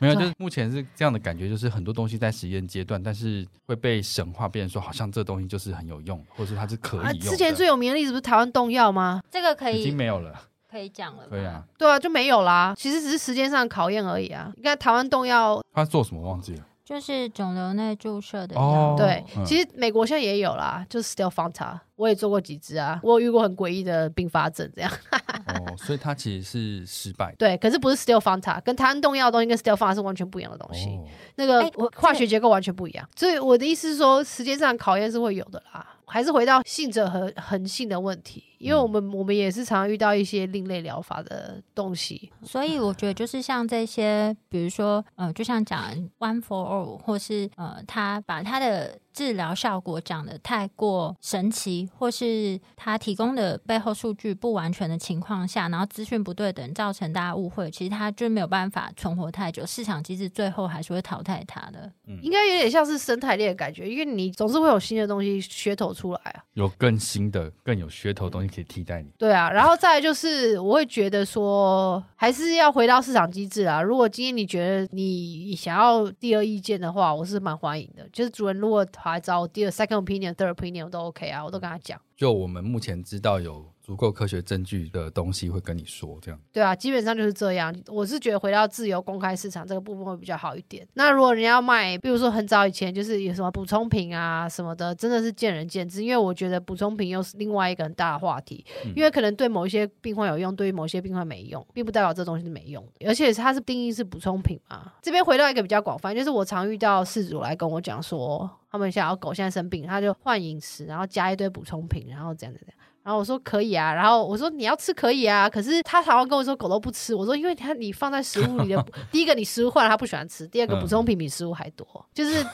Speaker 2: 没有，就
Speaker 3: 对
Speaker 2: 是目前是这样的感觉，就是很多东西在实验阶段，但是会被神化，变成说好像这东西就是很有用，或者它是可以
Speaker 3: 啊，
Speaker 2: 用的。
Speaker 3: 之前最有名的例子不是台湾动药吗？
Speaker 1: 这个可
Speaker 2: 已经
Speaker 1: 以
Speaker 2: 没有了，
Speaker 1: 可以讲了吧，
Speaker 2: 可以啊。
Speaker 3: 对啊，就没有啦。其实只是时间上的考验而已啊。你看台湾动药，
Speaker 2: 他做什么忘记了？
Speaker 1: 就是肿瘤内注射的药。
Speaker 2: 哦
Speaker 3: 对，
Speaker 2: 嗯
Speaker 3: 其实美国现在也有啦，就是 Stelfonta，我也做过几支啊，我有遇过很诡异的并发症这样。啊
Speaker 2: 哦，所以它其实是失败的。
Speaker 3: 对，可是不是 Stelfonta，跟台湾动药的东西跟 Stelfonta 是完全不一样的东西。
Speaker 2: 哦，
Speaker 3: 那个
Speaker 1: 哎我
Speaker 3: 化学结构完全不一样。所以我的意思是说，时间上考验是会有的啦。还是回到性者恒恒性的问题，因为我
Speaker 2: 嗯
Speaker 3: 们、我们也是常常遇到一些另类疗法的东西，
Speaker 1: 所以我觉得就是像这些，比如说呃，就像讲 one for all，或是呃，他把他的治疗效果讲的太过神奇，或是他提供的背后数据不完全的情况下，然后资讯不对等，造成大家误会，其实他就没有办法存活太久，市场机制最后还是会淘汰他的。
Speaker 2: 嗯
Speaker 3: 应该有点像是生态链的感觉，因为你总是会有新的东西噱头出来啊。
Speaker 2: 有更新的、更有噱头的东西可以替代你。
Speaker 3: 对啊，然后再来就是，我会觉得说，还是要回到市场机制啊。如果今天你觉得你想要第二意见的话，我是蛮欢迎的。就是主人如果还找我第二 second opinion、third opinion 我都 OK 啊，我都跟他讲。
Speaker 2: 就我们目前知道有足够科学证据的东西会跟你说这样。
Speaker 3: 对啊，基本上就是这样。我是觉得回到自由公开市场这个部分会比较好一点。那如果人家要卖，比如说很早以前就是有什么补充品啊什么的，真的是见仁见智。因为我觉得补充品又是另外一个很大的话题，因为可能对某一些病患有用，对于某些病患没用，并不代表这东西是没用的。而且它是定义是补充品嘛。这边回到一个比较广泛，就是我常遇到事主来跟我讲说，他们想要狗现在生病，他就换饮食，然后加一堆补充品，然后这样这样。然后我说可以啊，然后我说你要吃可以啊，可是他好像跟我说狗都不吃，我说因为它你放在食物里的，第一个你食物换了它不喜欢吃，第二个
Speaker 2: 嗯
Speaker 3: 补充品比食物还多，就是。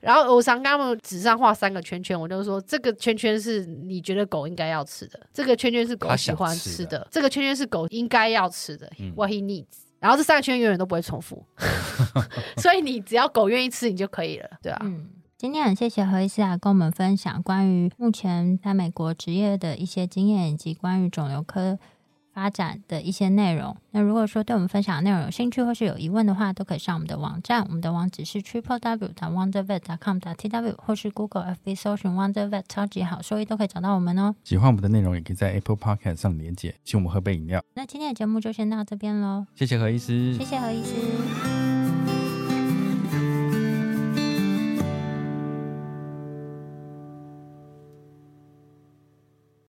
Speaker 3: 然后我常跟他们纸上画三个圈圈，我就说这个圈圈是你觉得狗应该要吃的，这个圈圈是狗
Speaker 2: 它
Speaker 3: 喜
Speaker 2: 想
Speaker 3: 欢
Speaker 2: 吃
Speaker 3: 吃
Speaker 2: 的
Speaker 3: 的，这个圈圈是狗应该要吃的、
Speaker 2: 嗯
Speaker 3: what he needs。然后这三个圈永远都不会
Speaker 2: <laughs>
Speaker 3: 重复，所以你只要狗愿意吃你就可以了，对啊。
Speaker 1: 嗯，今天很谢谢何医师啊来跟我们分享关于目前在美国职业的一些经验，以及关于肿瘤科发展的一些内容。那如果说对我们分享的内容有兴趣或是有疑问的话，都可以上我们的网站，我们的网址是 triple w wondervet com t w 或是 Google FB 搜寻 wondervet 超级好兽医都可以找到我们哦。
Speaker 2: 喜欢我们的内容，也可以在 Apple Podcast 上连接，请我们喝杯饮料。
Speaker 1: 那今天的节目就先到这边喽，
Speaker 2: 谢谢何医师，
Speaker 1: 谢谢何医师。